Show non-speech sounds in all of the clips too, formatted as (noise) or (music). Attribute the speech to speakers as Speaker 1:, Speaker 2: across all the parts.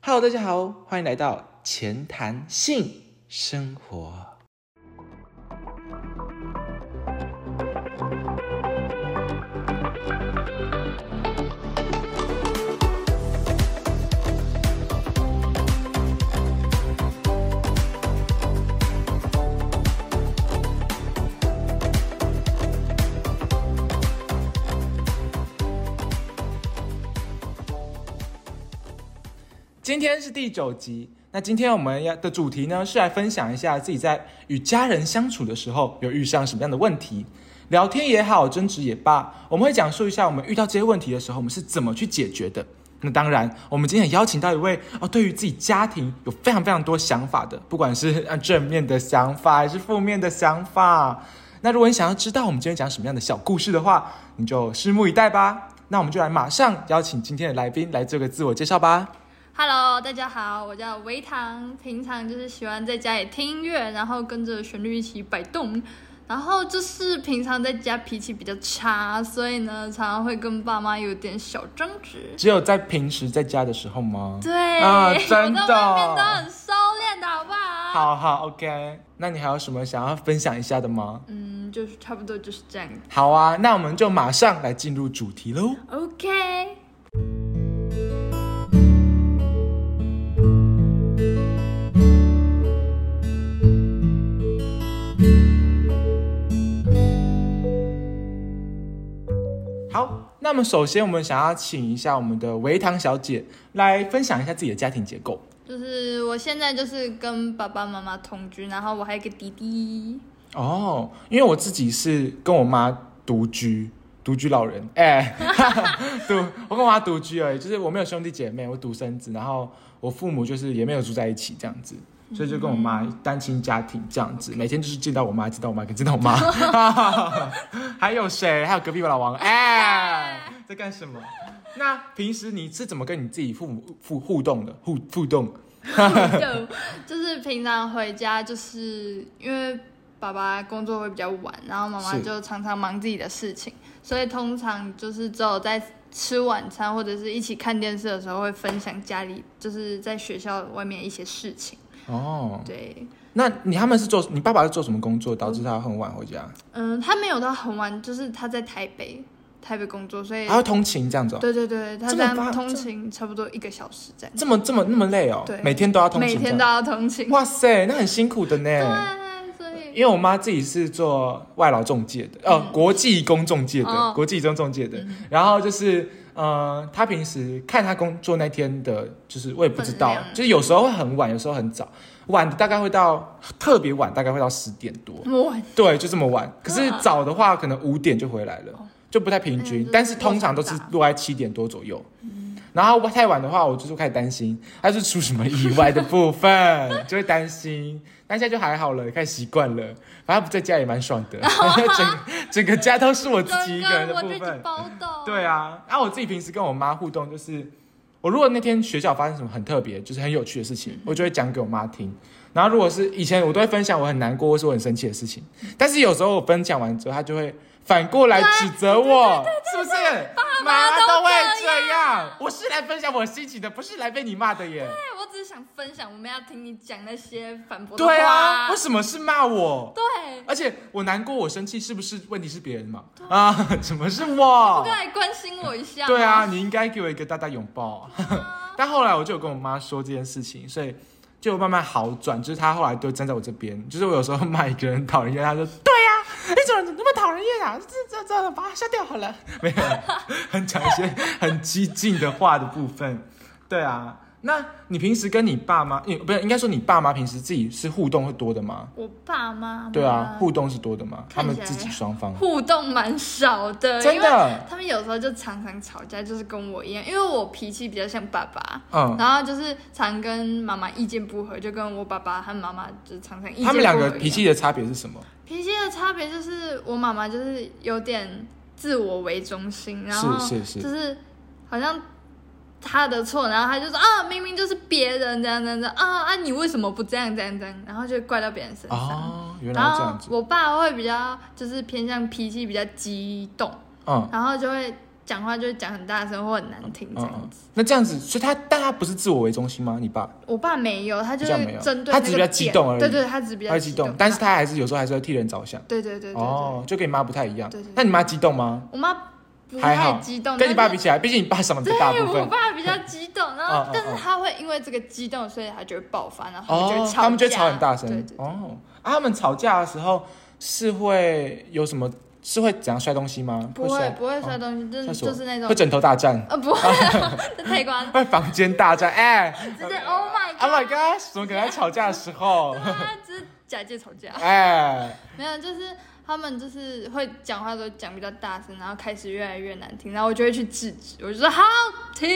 Speaker 1: Hello，大家好，欢迎来到前谈性生活。今天是第九集，那今天我们要的主题呢是来分享一下自己在与家人相处的时候有遇上什么样的问题，聊天也好，争执也罢，我们会讲述一下我们遇到这些问题的时候，我们是怎么去解决的。那当然，我们今天也邀请到一位哦，对于自己家庭有非常非常多想法的，不管是呃正面的想法还是负面的想法。那如果你想要知道我们今天讲什么样的小故事的话，你就拭目以待吧。那我们就来马上邀请今天的来宾来做个自我介绍吧。
Speaker 2: Hello，大家好，我叫维唐，平常就是喜欢在家里听音乐，然后跟着旋律一起摆动，然后就是平常在家脾气比较差，所以呢，常常会跟爸妈有点小争执。
Speaker 1: 只有在平时在家的时候吗？
Speaker 2: 对，
Speaker 1: 啊
Speaker 2: (laughs) 我
Speaker 1: 真的
Speaker 2: 在外面都很收敛的，好不好？，
Speaker 1: 好好，OK。那你还有什么想要分享一下的吗？
Speaker 2: 嗯，就是差不多就是这样。
Speaker 1: 好啊，那我们就马上来进入主题喽。
Speaker 2: OK，
Speaker 1: 好，那么首先我们想要请一下我们的维糖小姐来分享一下自己的家庭结构。
Speaker 2: 就是我现在就是跟爸爸妈妈同居，然后我还有一个弟弟。
Speaker 1: 哦，因为我自己是跟我妈独居，独居老人，哎、 (laughs) 哈哈，独我跟我妈独居而已，就是我没有兄弟姐妹，我独生子，然后我父母就是也没有住在一起这样子，所以就跟我妈单亲家庭这样子，每天就是见到我妈，见到我妈，跟见到我妈，哈哈哈还有谁？还有隔壁老王，哎、在干什么？那平时你是怎么跟你自己父母互互动的？互互动？
Speaker 2: (laughs) 就就是平常回家，就是因为爸爸工作会比较晚，然后妈妈
Speaker 1: 是
Speaker 2: 就常常忙自己的事情，所以通常就是只有在吃晚餐或者是一起看电视的时候会分享家里就是在学校外面一些事情。
Speaker 1: 哦，
Speaker 2: 对，
Speaker 1: 那你他们是做你爸爸是做什么工作，导致他很晚回家？
Speaker 2: 嗯，他没有到很晚，就是他在台北，台北工作，所以
Speaker 1: 还要通勤这样子、哦，
Speaker 2: 对对对，他
Speaker 1: 这么
Speaker 2: 在
Speaker 1: 发
Speaker 2: 通
Speaker 1: 这
Speaker 2: 勤差不多一个小时这样，
Speaker 1: 这么这么那么累哦，
Speaker 2: 对
Speaker 1: 每天都要通勤这
Speaker 2: 每
Speaker 1: 样，
Speaker 2: 天都要通勤。
Speaker 1: 哇塞，那很辛苦的呢。
Speaker 2: 对，所以
Speaker 1: 因为我妈自己是做外劳中介的，呃，国际工中介的，
Speaker 2: 嗯哦嗯
Speaker 1: 国际中中介的。然后就是，呃，她平时看她工作那天的，就是我也不知道
Speaker 2: 分量，
Speaker 1: 就是有时候会很晚，有时候很早，晚的大概会到特别晚，大概会到十点多。
Speaker 2: 我
Speaker 1: 对，就这么晚。可是
Speaker 2: 啊
Speaker 1: 早的话，可能五点就回来了，就不太平
Speaker 2: 哎
Speaker 1: 均
Speaker 2: 就是。
Speaker 1: 但是通常都是落在七点多左右。
Speaker 2: 嗯
Speaker 1: 然后太晚的话，我就是开始担心，它是出什么意外的部分，
Speaker 2: (laughs)
Speaker 1: 就会担心。但现在就还好了，开始习惯了。反正不在家也蛮爽的， (laughs) 整整个家都是我自己一个人的
Speaker 2: 哦我
Speaker 1: 部
Speaker 2: 自己
Speaker 1: 分。
Speaker 2: 包到。
Speaker 1: 对啊，然、后我自己平时跟我妈互动就是，我如果那天学校发生什么很特别，就是很有趣的事情，我就会讲给我妈听。然后如果是以前，我都会分享我很难过或是我很生气的事情，但是有时候我分享完之后，她就会反过来指责我，是不是？妈
Speaker 2: 妈都
Speaker 1: 都会
Speaker 2: 这
Speaker 1: 这样，我是来分享我心情的，不是来被你骂的耶。
Speaker 2: 对，哎我只是想分享，我们要听你讲那些反驳的话。
Speaker 1: 对啊，为什么是骂我？
Speaker 2: 对，
Speaker 1: 而且我难过，我生气，是不是问题是别人嘛？啊， (laughs) 怎么是我？
Speaker 2: 不该关心我一下。
Speaker 1: 对啊，，你应该给我一个大大拥抱。
Speaker 2: 啊
Speaker 1: (laughs) 但后来我就有跟我妈说这件事情，所以就慢慢好转。就是她后来都站在我这边，就是我有时候骂一个人讨人厌，她说：“对呀、你怎么怎么那么讨人厌啊？这这这，把它删掉好了。” (laughs) 没有，很讲一些很激进的话的部分。对啊，那你平时跟你爸妈，你不是应该说你爸妈平时自己是互动会多的吗？
Speaker 2: 我爸妈
Speaker 1: 对啊，互动是多的吗？他
Speaker 2: 看
Speaker 1: 们
Speaker 2: 起来
Speaker 1: 自己双方
Speaker 2: 互动蛮少的，
Speaker 1: 真
Speaker 2: 因为
Speaker 1: 的，
Speaker 2: 他们有时候就常常吵架，就是跟我一样，因为我脾气比较像爸爸。
Speaker 1: 嗯，
Speaker 2: 然后就是常跟妈妈意见不合，就跟我爸爸和妈妈就是常常意见不合一样。
Speaker 1: 他们两个脾气的差别是什么？
Speaker 2: 脾气的差别就是，我妈妈就是有点自我为中心，然后
Speaker 1: 是是是
Speaker 2: 就是好像她的错，然后她就说啊，明明就是别人这样这样这样啊啊，你为什么不这样这样这样，然后就怪到别人身上。
Speaker 1: 哦，原来
Speaker 2: 然
Speaker 1: 这
Speaker 2: 后
Speaker 1: 样子。
Speaker 2: 我爸会比较就是偏向脾气比较激动，
Speaker 1: 嗯，
Speaker 2: 然后就会讲话就讲很大声或很难听
Speaker 1: 嗯
Speaker 2: 这样
Speaker 1: 嗯
Speaker 2: 子。，
Speaker 1: 那这样子，所以他但他不是自我为中心吗？你爸
Speaker 2: 我爸没有，他就
Speaker 1: 这样没
Speaker 2: 是
Speaker 1: 有
Speaker 2: 针对
Speaker 1: 他
Speaker 2: 那
Speaker 1: 只
Speaker 2: 个
Speaker 1: 是比较激
Speaker 2: 点
Speaker 1: 动而已
Speaker 2: 对对，他只是比
Speaker 1: 他
Speaker 2: 较
Speaker 1: 会激动，但是他还是有时候还是会替人着想。
Speaker 2: 对对对对对，
Speaker 1: 哦，就跟你妈不太一样
Speaker 2: 对对对。
Speaker 1: 那你妈激动吗？
Speaker 2: 我妈不
Speaker 1: 还好
Speaker 2: 太激动，
Speaker 1: 跟你爸
Speaker 2: 但
Speaker 1: 比
Speaker 2: 是
Speaker 1: 起来，毕竟你爸想的比较大
Speaker 2: 对
Speaker 1: 部
Speaker 2: 我
Speaker 1: 分。
Speaker 2: 爸比较激动，然
Speaker 1: 嗯嗯
Speaker 2: 后
Speaker 1: 嗯
Speaker 2: 但是他会因为这个激动，所以他就会爆发，然后
Speaker 1: 哦，他
Speaker 2: 他们
Speaker 1: 们
Speaker 2: 就
Speaker 1: 就
Speaker 2: 会
Speaker 1: 吵很大
Speaker 2: 对
Speaker 1: 声
Speaker 2: 对。对
Speaker 1: 哦，啊，他们吵架的时候是会有什么？是会怎样摔东西吗？
Speaker 2: 不会
Speaker 1: 摔
Speaker 2: 不会摔
Speaker 1: 哦
Speaker 2: 东西，就
Speaker 1: 吓
Speaker 2: 是
Speaker 1: 死我
Speaker 2: 就是那
Speaker 1: 会哦
Speaker 2: 种
Speaker 1: 枕头大战，
Speaker 2: 呃不会啊， (laughs) 这太
Speaker 1: (laughs)
Speaker 2: 夸张，
Speaker 1: 会房间大战。哎
Speaker 2: 直接 Oh my
Speaker 1: ，Oh my
Speaker 2: God，
Speaker 1: god，怎么可能在吵架的时
Speaker 2: (laughs)
Speaker 1: 候？
Speaker 2: 啊，只是假借吵架，
Speaker 1: 哎，
Speaker 2: 没有，就是他们就是会讲话都讲比较大声，然后开始越来越难听，然后我就会去制止，我就说好停，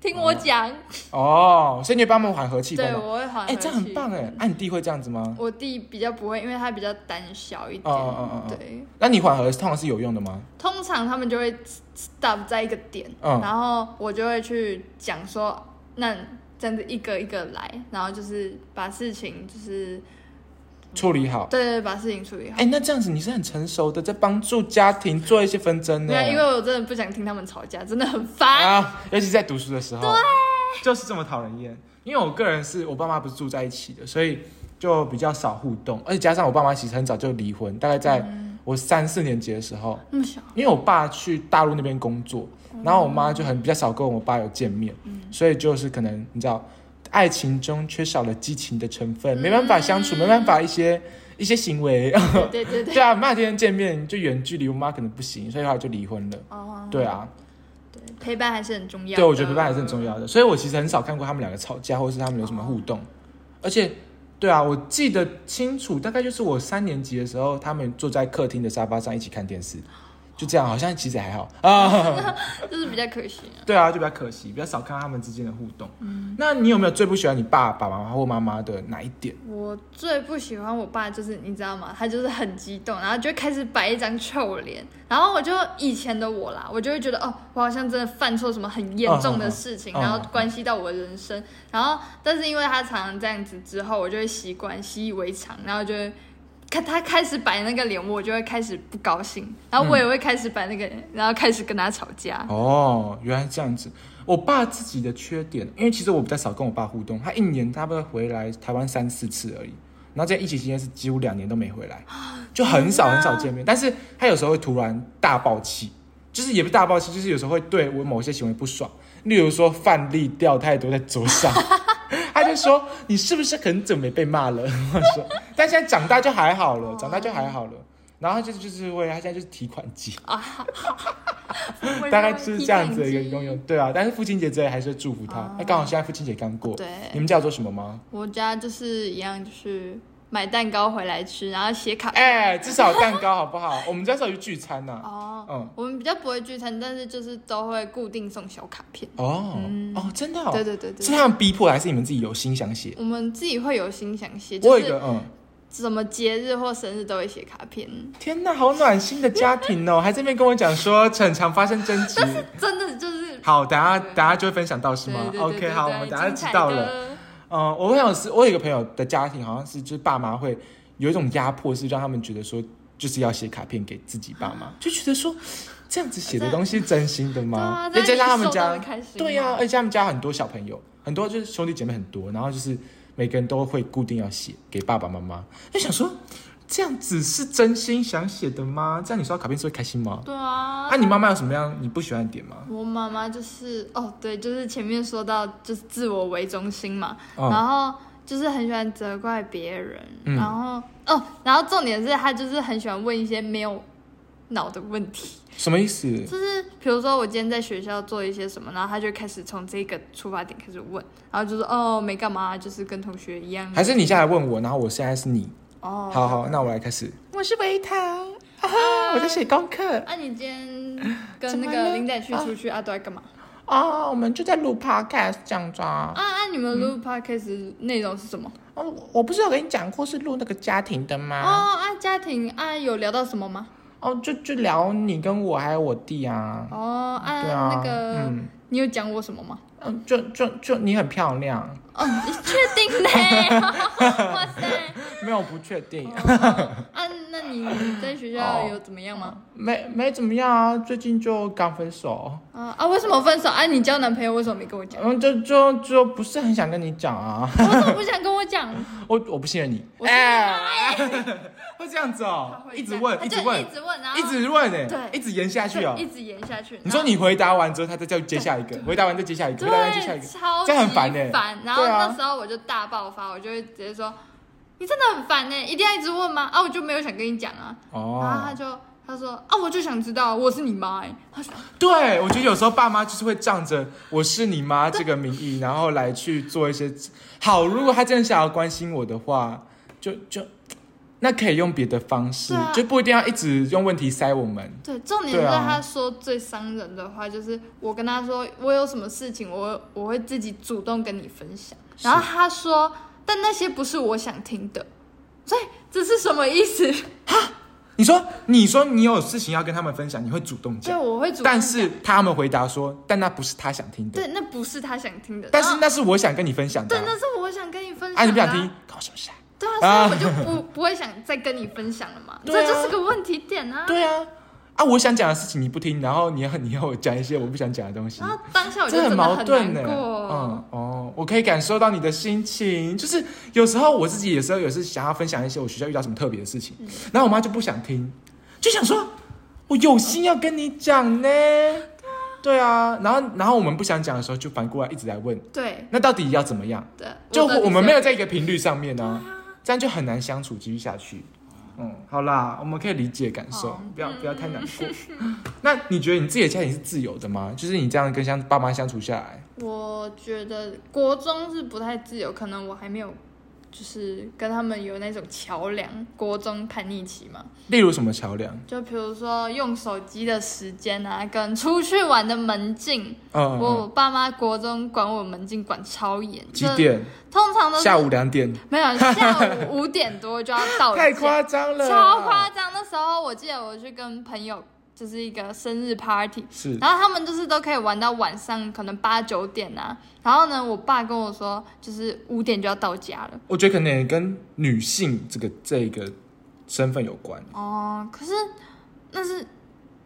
Speaker 2: 听我讲，
Speaker 1: 哦，所以你会帮他们缓和气氛
Speaker 2: 对，
Speaker 1: 吗？
Speaker 2: 我会缓和
Speaker 1: 哎，这样很
Speaker 2: 气
Speaker 1: 棒哎
Speaker 2: 氛。。
Speaker 1: 那你弟会这样子吗？
Speaker 2: 我弟比较不会，因为他比较胆小一
Speaker 1: 哦
Speaker 2: 点，
Speaker 1: 哦哦哦哦
Speaker 2: 对。
Speaker 1: 那你缓和通常是有用的吗？
Speaker 2: 通常他们就会 stop 在一个点，
Speaker 1: 嗯
Speaker 2: 然后我就会去讲说，那这样子一个一个来，然后就是把事情就是
Speaker 1: 处理好。
Speaker 2: 对对，对把事情处理好
Speaker 1: 哎、。那这样子你是很成熟的，在帮助家庭做一些纷争呢。
Speaker 2: 没有，因为我真的不想听他们吵架，真的很烦。
Speaker 1: 啊，尤其在读书的时候，对，就是这么讨人厌。因为我个人是我爸妈不是住在一起的，所以就比较少互动，而且加上我爸妈其实很早就离婚，大概在我三四年级的时候，
Speaker 2: 嗯那么小，
Speaker 1: 因为我爸去大陆那边工作，然后我妈就很比较少跟我爸有见面，所以就是可能你知道，爱情中缺少了激情的成分，没办法相处，没办法一些一些行为。 (laughs)
Speaker 2: 对对对，
Speaker 1: 对啊，我们妈天天见面就远距离，我妈可能不行，所以后来就离婚了。
Speaker 2: 哦，
Speaker 1: 对啊，
Speaker 2: 对，陪伴还是很重要的。
Speaker 1: 对我觉得陪伴还是很重要的，所以我其实很少看过他们两个吵架，或是他们有什么互动。而且，对啊，我记得清楚，大概就是我三年级的时候，他们坐在客厅的沙发上一起看电视，就这样，好像其实还好啊。
Speaker 2: 就是比较可惜啊。
Speaker 1: 对啊，就比较可惜，比较少看到他们之间的互动。那你有没有最不喜欢你爸爸妈妈或妈妈的哪一点？
Speaker 2: 我最不喜欢我爸就是你知道吗？他就是很激动，然后就开始摆一张臭脸，然后我就以前的我啦，我就会觉得哦，我好像真的犯错什么很严重的事情，
Speaker 1: 嗯嗯嗯
Speaker 2: 然后关系到我的人生，然后但是因为他常常这样子之后，我就会习惯习以为常，然后就会。看他开始摆那个脸，我就会开始不高兴，然后我也会开始摆那个脸，然后开始跟他吵架。
Speaker 1: 哦，原来这样子。我爸自己的缺点，因为其实我比较少跟我爸互动，他一年大概回来台湾三四次而已。然后在疫情期间是几乎两年都没回来，就很少很少见面。但是他有时候会突然大爆气，就是也不是大爆气，就是有时候会对我某些行为不爽，例如说饭粒掉太多在桌上，他就说你是不是很久没被骂了？我说，但现在长大就还好了，长大就还好了。然后他就就是会，他现在就是提款机。
Speaker 2: 我
Speaker 1: 大
Speaker 2: 就
Speaker 1: 概
Speaker 2: 会
Speaker 1: 就是
Speaker 2: 批
Speaker 1: 这样
Speaker 2: 判
Speaker 1: 子的一个
Speaker 2: 机
Speaker 1: 功用，对啊。但是父亲节之类还是祝福他哎
Speaker 2: 哦。
Speaker 1: 那刚好现在父亲节刚过，
Speaker 2: 对，
Speaker 1: 你们家有做什么吗？
Speaker 2: 我家就是一样，就是买蛋糕回来吃，然后写卡片。
Speaker 1: 哎，至少有蛋糕好不好？ (laughs) 我们家是有去聚餐呐。
Speaker 2: 哦，
Speaker 1: 嗯，
Speaker 2: 我们比较不会聚餐，但是就是都会固定送小卡片。
Speaker 1: 哦哦，真的哦，
Speaker 2: 嗯对对对对
Speaker 1: 是他们逼迫的还是你们自己有心想写？
Speaker 2: 我们自己会有心想写，
Speaker 1: 我
Speaker 2: 就
Speaker 1: 有一
Speaker 2: 是
Speaker 1: 个嗯，
Speaker 2: 什么节日或生日都会写卡片， (laughs)
Speaker 1: 天哪，好暖心的家庭哦，还这边跟我讲说很常发生
Speaker 2: (laughs)
Speaker 1: 争执。
Speaker 2: 真的就是
Speaker 1: 好，等下等下就会分享到是
Speaker 2: 对
Speaker 1: 吗
Speaker 2: 对对对
Speaker 1: ？OK，好，我
Speaker 2: 对
Speaker 1: 们等下
Speaker 2: 精
Speaker 1: 知
Speaker 2: 彩
Speaker 1: 道
Speaker 2: 的啊
Speaker 1: 了。嗯，我朋友是，我有一个朋友的家庭好像是，就是爸妈会有一种压迫，是让他们觉得说，就是要写卡片给自己爸
Speaker 2: 啊
Speaker 1: 妈，就觉得说这样子写的东西是真心的
Speaker 2: 对
Speaker 1: 吗
Speaker 2: 啊，？
Speaker 1: 再加上他们
Speaker 2: 这样
Speaker 1: 家
Speaker 2: 你收到会，开心
Speaker 1: 对呀、哎而且他们家很多小朋友，很多就是兄弟姐妹很多，然后就是每个人都会固定要写给爸爸妈妈，就想说这样子是真心想写的吗？这样你收到卡片是会开心吗？
Speaker 2: 对啊
Speaker 1: 啊，。你妈妈有什么样你不喜欢的点吗？
Speaker 2: 我妈妈就是哦，对，就是前面说到就是自我为中心嘛，
Speaker 1: 嗯，
Speaker 2: 然后就是很喜欢责怪别人，
Speaker 1: 嗯
Speaker 2: 然后哦，然后重点是他就是很喜欢问一些没有脑的问题，
Speaker 1: 什么意思？
Speaker 2: 就是比如说我今天在学校做一些什么，然后他就开始从这个出发点开始问，然后就说哦没干嘛，就是跟同学一样，
Speaker 1: 还是你下来问我，然后我现在是你？
Speaker 2: 哦
Speaker 1: 好好，那我来开始。我是维糖，啊哈，我在写功课
Speaker 2: 那、啊你今天跟那
Speaker 1: 怎么
Speaker 2: 个
Speaker 1: 了
Speaker 2: 林仔去出去啊都在干嘛？
Speaker 1: 啊，我们就在录 podcast 这样子啊
Speaker 2: 啊。啊！你们录 podcast 内容是什么？
Speaker 1: 哦，我我不是有跟你讲过是录那个家庭的
Speaker 2: 哦
Speaker 1: 吗？
Speaker 2: 啊，家庭啊，有聊到什么吗？
Speaker 1: 哦，就就聊你跟我还有我弟啊。
Speaker 2: 哦啊，
Speaker 1: 对啊，
Speaker 2: 那个、
Speaker 1: 嗯
Speaker 2: 你有讲我什么吗？
Speaker 1: 嗯，就就就你很漂亮，
Speaker 2: 哦，
Speaker 1: (laughs)
Speaker 2: 你确定呢？哇塞！
Speaker 1: 没有不确定。
Speaker 2: 啊，那你在学
Speaker 1: 哦
Speaker 2: 校有怎么样吗？
Speaker 1: (laughs) 没没怎么样啊，最近就刚分手，
Speaker 2: 啊啊，为什么分手？啊，你交男朋友为什么没跟我讲？
Speaker 1: 嗯，就就就不是很想跟你讲啊，
Speaker 2: 为什么不想跟我讲？
Speaker 1: 我哦我不信任你，
Speaker 2: 我信任他
Speaker 1: (laughs) 会这样子哦，一直问，一
Speaker 2: 哎他啊就
Speaker 1: 直问
Speaker 2: 一，直问，然后
Speaker 1: 一直问哎、一
Speaker 2: 对
Speaker 1: 直延下去
Speaker 2: 对
Speaker 1: 哦。
Speaker 2: 一直延下去。
Speaker 1: 你说你回答完之后，他再叫接下一个，回答完再接下一个，
Speaker 2: 对
Speaker 1: 回答完再接下一个，
Speaker 2: 超级
Speaker 1: 这样很烦欸
Speaker 2: 然后
Speaker 1: 对啊
Speaker 2: 那时候我就大爆发，我就会直接说：“你真的很烦呢、一定要一直问吗？”啊，我就没有想跟你讲啊。然后他
Speaker 1: 哦，
Speaker 2: 就他说：“啊，我就想知道我是你妈、欸。”他说
Speaker 1: 对，我觉得有时候爸妈就是会仗着我是你妈这个名义，然后来去做一些好。如果他真的想要关心我的话，就就那可以用别的方式，
Speaker 2: 对啊
Speaker 1: 就不一定要一直用问题塞我们。：“
Speaker 2: 对，重点是
Speaker 1: 对啊
Speaker 2: 他说最伤人的话就是我跟他说我有什么事情，我我会自己主动跟你分享。”
Speaker 1: 是
Speaker 2: 然后他说：“但那些不是我想听的。”所以这是什么意思？
Speaker 1: (laughs) 你说，你说你有事情要跟他们分享，你会主动
Speaker 2: 对，
Speaker 1: 讲，
Speaker 2: 我会主动
Speaker 1: 但
Speaker 2: 讲，
Speaker 1: 是他们回答说，但那不是他想听的，
Speaker 2: 对，那不是他想听的。
Speaker 1: 但是
Speaker 2: 然后
Speaker 1: 那是我想跟你分享的
Speaker 2: 对，
Speaker 1: 啊、
Speaker 2: 那是我想跟你分享、
Speaker 1: 啊，你不想听，？关我什么事啊？
Speaker 2: 对
Speaker 1: 啊
Speaker 2: 啊，所以我就不不会想再跟你分享了嘛，
Speaker 1: 对啊
Speaker 2: 这就是个问题点啊。
Speaker 1: 对啊，啊，我想讲的事情你不听，然后你要你要我讲一些我不想讲的东西
Speaker 2: 然，后当啊下我就
Speaker 1: 这
Speaker 2: 真的
Speaker 1: 矛
Speaker 2: 很
Speaker 1: 盾呢。
Speaker 2: 难过
Speaker 1: 嗯，，哦，我可以感受到你的心情，就是有时候我自己有时候也是想要分享一些我学校遇到什么特别的事
Speaker 2: 嗯
Speaker 1: 情，然后我妈就不想听，就想说我有心要跟你讲呢。对啊，然后然后我们不想讲的时候，就反过来一直来问，
Speaker 2: 对
Speaker 1: 那到底要怎么样？
Speaker 2: 对，
Speaker 1: 就
Speaker 2: 到底
Speaker 1: 我们
Speaker 2: 是
Speaker 1: 没有在一个频率上面呢、啊这样就很难相处继续下去。嗯，好啦，我们可以理解感受
Speaker 2: 好，嗯
Speaker 1: 不要不要太难过。 (laughs) 那你觉得你自己的家庭是自由的吗？就是你这样跟相爸妈相处下来，
Speaker 2: 我觉得国中是不太自由，可能我还没有就是跟他们有那种桥梁，国中叛逆期嘛，
Speaker 1: 例如什么桥梁？
Speaker 2: 就比如说用手机的时间啊，跟出去玩的门禁，
Speaker 1: 嗯，
Speaker 2: 我
Speaker 1: 嗯
Speaker 2: 爸妈国中管我门禁管超严，
Speaker 1: 几
Speaker 2: 就
Speaker 1: 点？
Speaker 2: 通常都是
Speaker 1: 下午两点，
Speaker 2: 没有，下午五点多就要到家，
Speaker 1: 太夸张了，
Speaker 2: 超夸，张。那时候我记得我去跟朋友就是一个生日 party，
Speaker 1: 是
Speaker 2: 然后他们就是都可以玩到晚上，可能八九点啊。然后呢，我爸跟我说，就是五点就要到家了。
Speaker 1: 我觉得可能也跟女性这个这个身份有关
Speaker 2: 哦，可是那是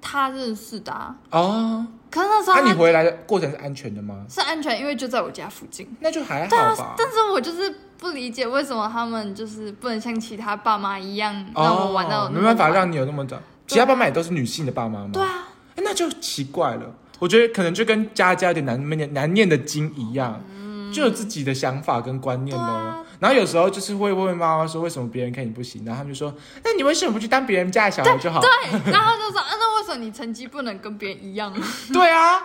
Speaker 2: 他认识的、啊，
Speaker 1: 哦。
Speaker 2: 可是那时候
Speaker 1: 那、你
Speaker 2: 他
Speaker 1: 回来的过程是安全的吗？
Speaker 2: 是安全，因为就在我家附近。
Speaker 1: 那就还
Speaker 2: 对啊
Speaker 1: 好吧，。
Speaker 2: 但是我就是不理解为什么他们就是不能像其他爸妈一样
Speaker 1: 哦，
Speaker 2: 让我玩到那么晚、
Speaker 1: 没
Speaker 2: 啊
Speaker 1: 办法让你有那么早。其他爸妈也都是女性的爸妈嘛，
Speaker 2: 对啊，
Speaker 1: 诶那就奇怪了。我觉得可能就跟家家有点难念难念的经一样，就有自己的想法跟观念咯。
Speaker 2: 嗯对啊
Speaker 1: 然后有时候就是会问妈妈说，为什么别人看你不行？然后他们就说，那你为什么不去当别人家的小孩就好？
Speaker 2: 对，然后就说啊，那为什么你成绩不能跟别人一样？
Speaker 1: 对啊，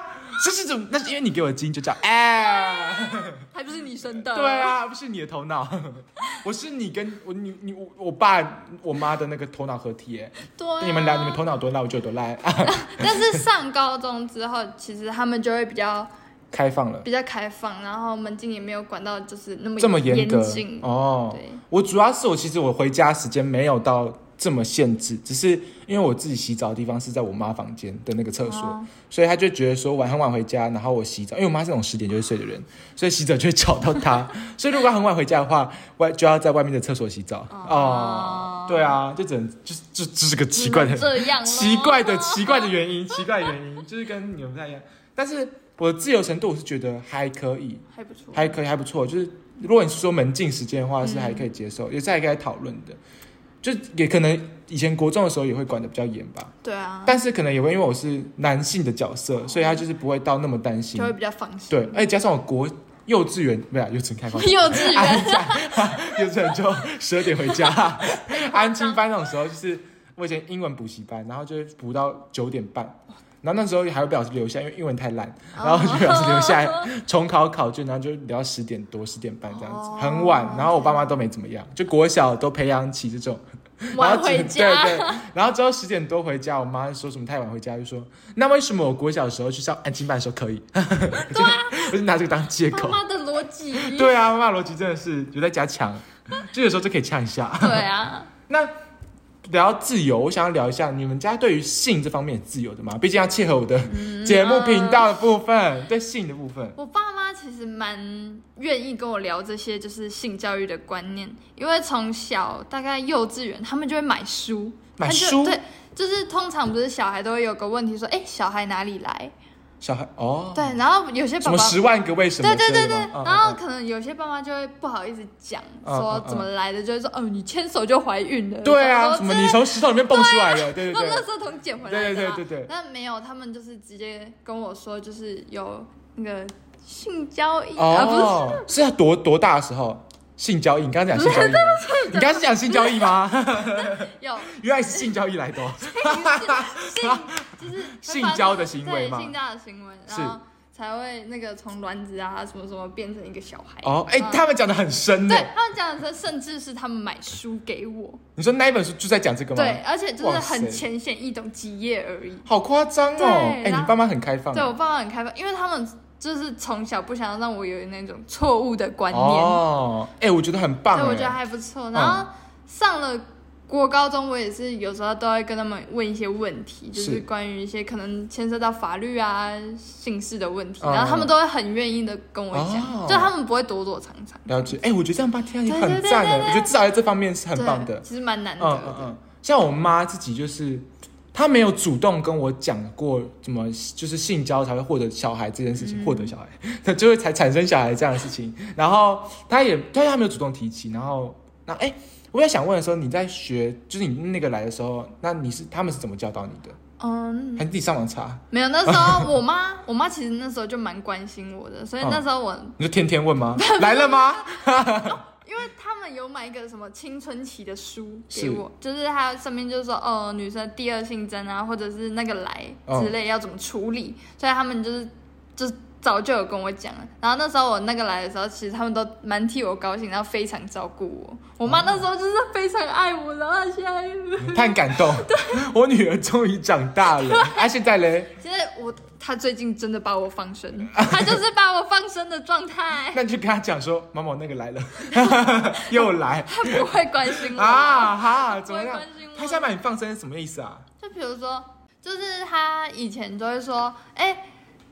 Speaker 1: 这是怎么？那是因为你给我的基因就这样，哎、
Speaker 2: 还不是你生的？
Speaker 1: 对，啊，不是你的头脑， (laughs) 我是你跟我你你我我爸我妈的那个头脑合体耶。
Speaker 2: 对啊
Speaker 1: 你们俩你们头脑多烂，我就有多烂，啊
Speaker 2: 但是上高中之后，其实他们就会比较
Speaker 1: 开放了，
Speaker 2: 比较开放，然后门禁也没有管到就是那么
Speaker 1: 这么
Speaker 2: 严
Speaker 1: 格
Speaker 2: 谨。
Speaker 1: 哦。
Speaker 2: 对，
Speaker 1: 我主要是我其实我回家时间没有到这么限制，只是因为我自己洗澡的地方是在我妈房间的那个厕所，
Speaker 2: 哦
Speaker 1: 所以她就觉得说晚很晚回家，然后我洗澡，因为我妈是那种十点就会睡的人，所以洗澡就会吵到
Speaker 2: (laughs)
Speaker 1: 她，所以如果她很晚回家的话，外就要在外面的厕所洗澡。哦
Speaker 2: 哦，
Speaker 1: 对啊，就只能就是就这是个奇怪的
Speaker 2: 只能这样咯
Speaker 1: 奇怪的奇怪的原因，奇怪的原因就是跟你们不太一样，但是我的自由程度我是觉得还可以，
Speaker 2: 还不错。
Speaker 1: 还可以，还不错。就是如果你是说门禁时间的话，
Speaker 2: 嗯
Speaker 1: 是还可以接受，也是还可以讨论的。就也可能以前国中的时候也会管的比较严吧，
Speaker 2: 对啊，
Speaker 1: 但是可能也会因为我是男性的角色，所以他就是不会到那么担心
Speaker 2: 就。会比较放心。，
Speaker 1: 对，，而且加上我国幼稚园不是啊幼稚园开放
Speaker 2: (laughs) 幼稚园
Speaker 1: 安家幼稚园就十二点回
Speaker 2: (laughs)
Speaker 1: 家，安亲班那种时候就是我以前英文补习班，然后就会补到九点半，然后那时候还会被老师留下，因为英文太烂，
Speaker 2: 哦
Speaker 1: 然后就被老师留下来 (laughs) 重考考卷，然后就聊到十点多、十点半这样子，
Speaker 2: 哦
Speaker 1: 很晚。然后我爸妈都没怎么样，就国小都培养起这种，然
Speaker 2: 晚
Speaker 1: 后
Speaker 2: 回
Speaker 1: 只
Speaker 2: 家。
Speaker 1: 对对。然后之后十点多回家，我妈说什么太晚回家，就说那为什么我国小的时候去上安亲班的时候可以？ (laughs) 对啊，我就拿这个当借
Speaker 2: (laughs) 妈
Speaker 1: 口。
Speaker 2: 妈的逻辑。
Speaker 1: (laughs) 对啊，妈妈逻辑真的是有在加强，就有时候就可以呛一下。 (laughs)
Speaker 2: 对啊，
Speaker 1: 那聊自由，我想要聊一下你们家对于性这方
Speaker 2: (laughs)
Speaker 1: 面是自由的吗？毕竟要切合我的节目频道的部分，对性的部分。
Speaker 2: 我爸妈其实蛮愿意跟我聊这些就是性教育的观念，因为从小大概幼稚园他们就会买书，
Speaker 1: 买
Speaker 2: 他就
Speaker 1: 书
Speaker 2: 对，就是通常不是小孩都会有个问题说，哎，小孩哪里来？
Speaker 1: 小孩哦，
Speaker 2: 对，然后有些
Speaker 1: 什
Speaker 2: 爸
Speaker 1: 么
Speaker 2: 爸
Speaker 1: 十万个为什么
Speaker 2: 对
Speaker 1: 之
Speaker 2: 对
Speaker 1: 类
Speaker 2: 对
Speaker 1: 的吗？嗯
Speaker 2: 对，然后
Speaker 1: 嗯
Speaker 2: 可能有些爸妈就会不好意思讲
Speaker 1: 嗯
Speaker 2: 说
Speaker 1: 嗯
Speaker 2: 怎么来的，就会说哦，你牵手就怀孕了。
Speaker 1: 嗯对啊，什
Speaker 2: 什
Speaker 1: 么你从石头里面蹦出来的？对对
Speaker 2: 从 (laughs)
Speaker 1: 对
Speaker 2: 垃圾桶捡回来的
Speaker 1: 对
Speaker 2: 啦。
Speaker 1: 对对对对
Speaker 2: 但没有，他们就是直接跟我说，就是有那个性交易、啊，不是
Speaker 1: 哦，是要多多大的时候？性交易？你刚刚讲
Speaker 2: (laughs)
Speaker 1: 性交易吗？ (laughs) 你刚刚是讲性交易吗？ (laughs)
Speaker 2: 有
Speaker 1: 原来是性交易来
Speaker 2: (laughs)
Speaker 1: 的哦。
Speaker 2: 性，就是
Speaker 1: 性交的行为吗
Speaker 2: 对性交的行为，然后才会那个从卵子啊什么什么变成一个小孩。
Speaker 1: 哦，哎，
Speaker 2: 嗯
Speaker 1: 他们讲的很深呢
Speaker 2: 对。他们讲的是，甚至是他们买书给我，
Speaker 1: 你说那一本书就在讲这个吗？
Speaker 2: 对，，而且就是
Speaker 1: 哇塞
Speaker 2: 很浅显易懂，几页而已。
Speaker 1: 好夸张
Speaker 2: 对
Speaker 1: 哦。哎，
Speaker 2: 然
Speaker 1: 你
Speaker 2: 后
Speaker 1: 爸妈很开放
Speaker 2: 对我爸妈很开放，因为他们就是从小不想让我有那种错误的观念，
Speaker 1: 哦。哎，我觉得很棒
Speaker 2: 对，我觉得
Speaker 1: 哎。
Speaker 2: 还不错。然后上了国高中，我也是有时候都会跟他们问一些问题，就是是关于一些可能牵涉到法律啊、姓氏的问题，
Speaker 1: 嗯
Speaker 2: 然后他们都会很愿意的跟我讲，
Speaker 1: 哦
Speaker 2: 就他们不会躲躲藏藏，
Speaker 1: 了解，哎、我觉得这样爸听起来
Speaker 2: 对
Speaker 1: 也
Speaker 2: 对
Speaker 1: 很
Speaker 2: 对
Speaker 1: 赞
Speaker 2: 对
Speaker 1: 的，
Speaker 2: 对
Speaker 1: 我觉得至少在这方面是很
Speaker 2: 对
Speaker 1: 棒的。
Speaker 2: 其实蛮难得
Speaker 1: 嗯嗯
Speaker 2: 的。
Speaker 1: 嗯，像我妈自己就是，她没有主动跟我讲过怎么就是性交才会获得小孩这件事
Speaker 2: 嗯
Speaker 1: 情，获得小孩，她就会才产生小孩这样的事情。然后她也，对她没有主动提起。然后那哎、我也想问的时候，你在学就是你那个来的时候，那你是他们是怎么教导你的？
Speaker 2: 嗯，
Speaker 1: 还是自己上网查？
Speaker 2: 没有，那时候我妈，我妈其实那时候就蛮关心我的，所以
Speaker 1: 嗯
Speaker 2: 那时候我，
Speaker 1: 你就天天问
Speaker 2: (laughs)
Speaker 1: 吗？来了吗？
Speaker 2: 因为他们有买一个什么青春期的书
Speaker 1: 是
Speaker 2: 给我，就是它上面就说，哦，女生第二性征啊，或者是那个来
Speaker 1: 嗯
Speaker 2: 之类要怎么处理，所以他们就是就是早就有跟我讲了。然后那时候我那个来的时候，其实他们都蛮替我高兴，然后非常照顾我。我妈那时候就是非常爱我，然后她
Speaker 1: (laughs)
Speaker 2: 现在，
Speaker 1: 她很感动，我女儿终于长大了。啊，现在嘞？
Speaker 2: 现在我她最近真的把我放生，她就是把我放生的状态。
Speaker 1: 那你就跟他讲说，妈妈我那个来了， (laughs) 又来
Speaker 2: 她不会关心我
Speaker 1: 啊哈，怎么
Speaker 2: 不
Speaker 1: 样
Speaker 2: 会关心？我
Speaker 1: 他现在把你放生是什么意思啊？
Speaker 2: 就比如说，就是他以前都会说，哎、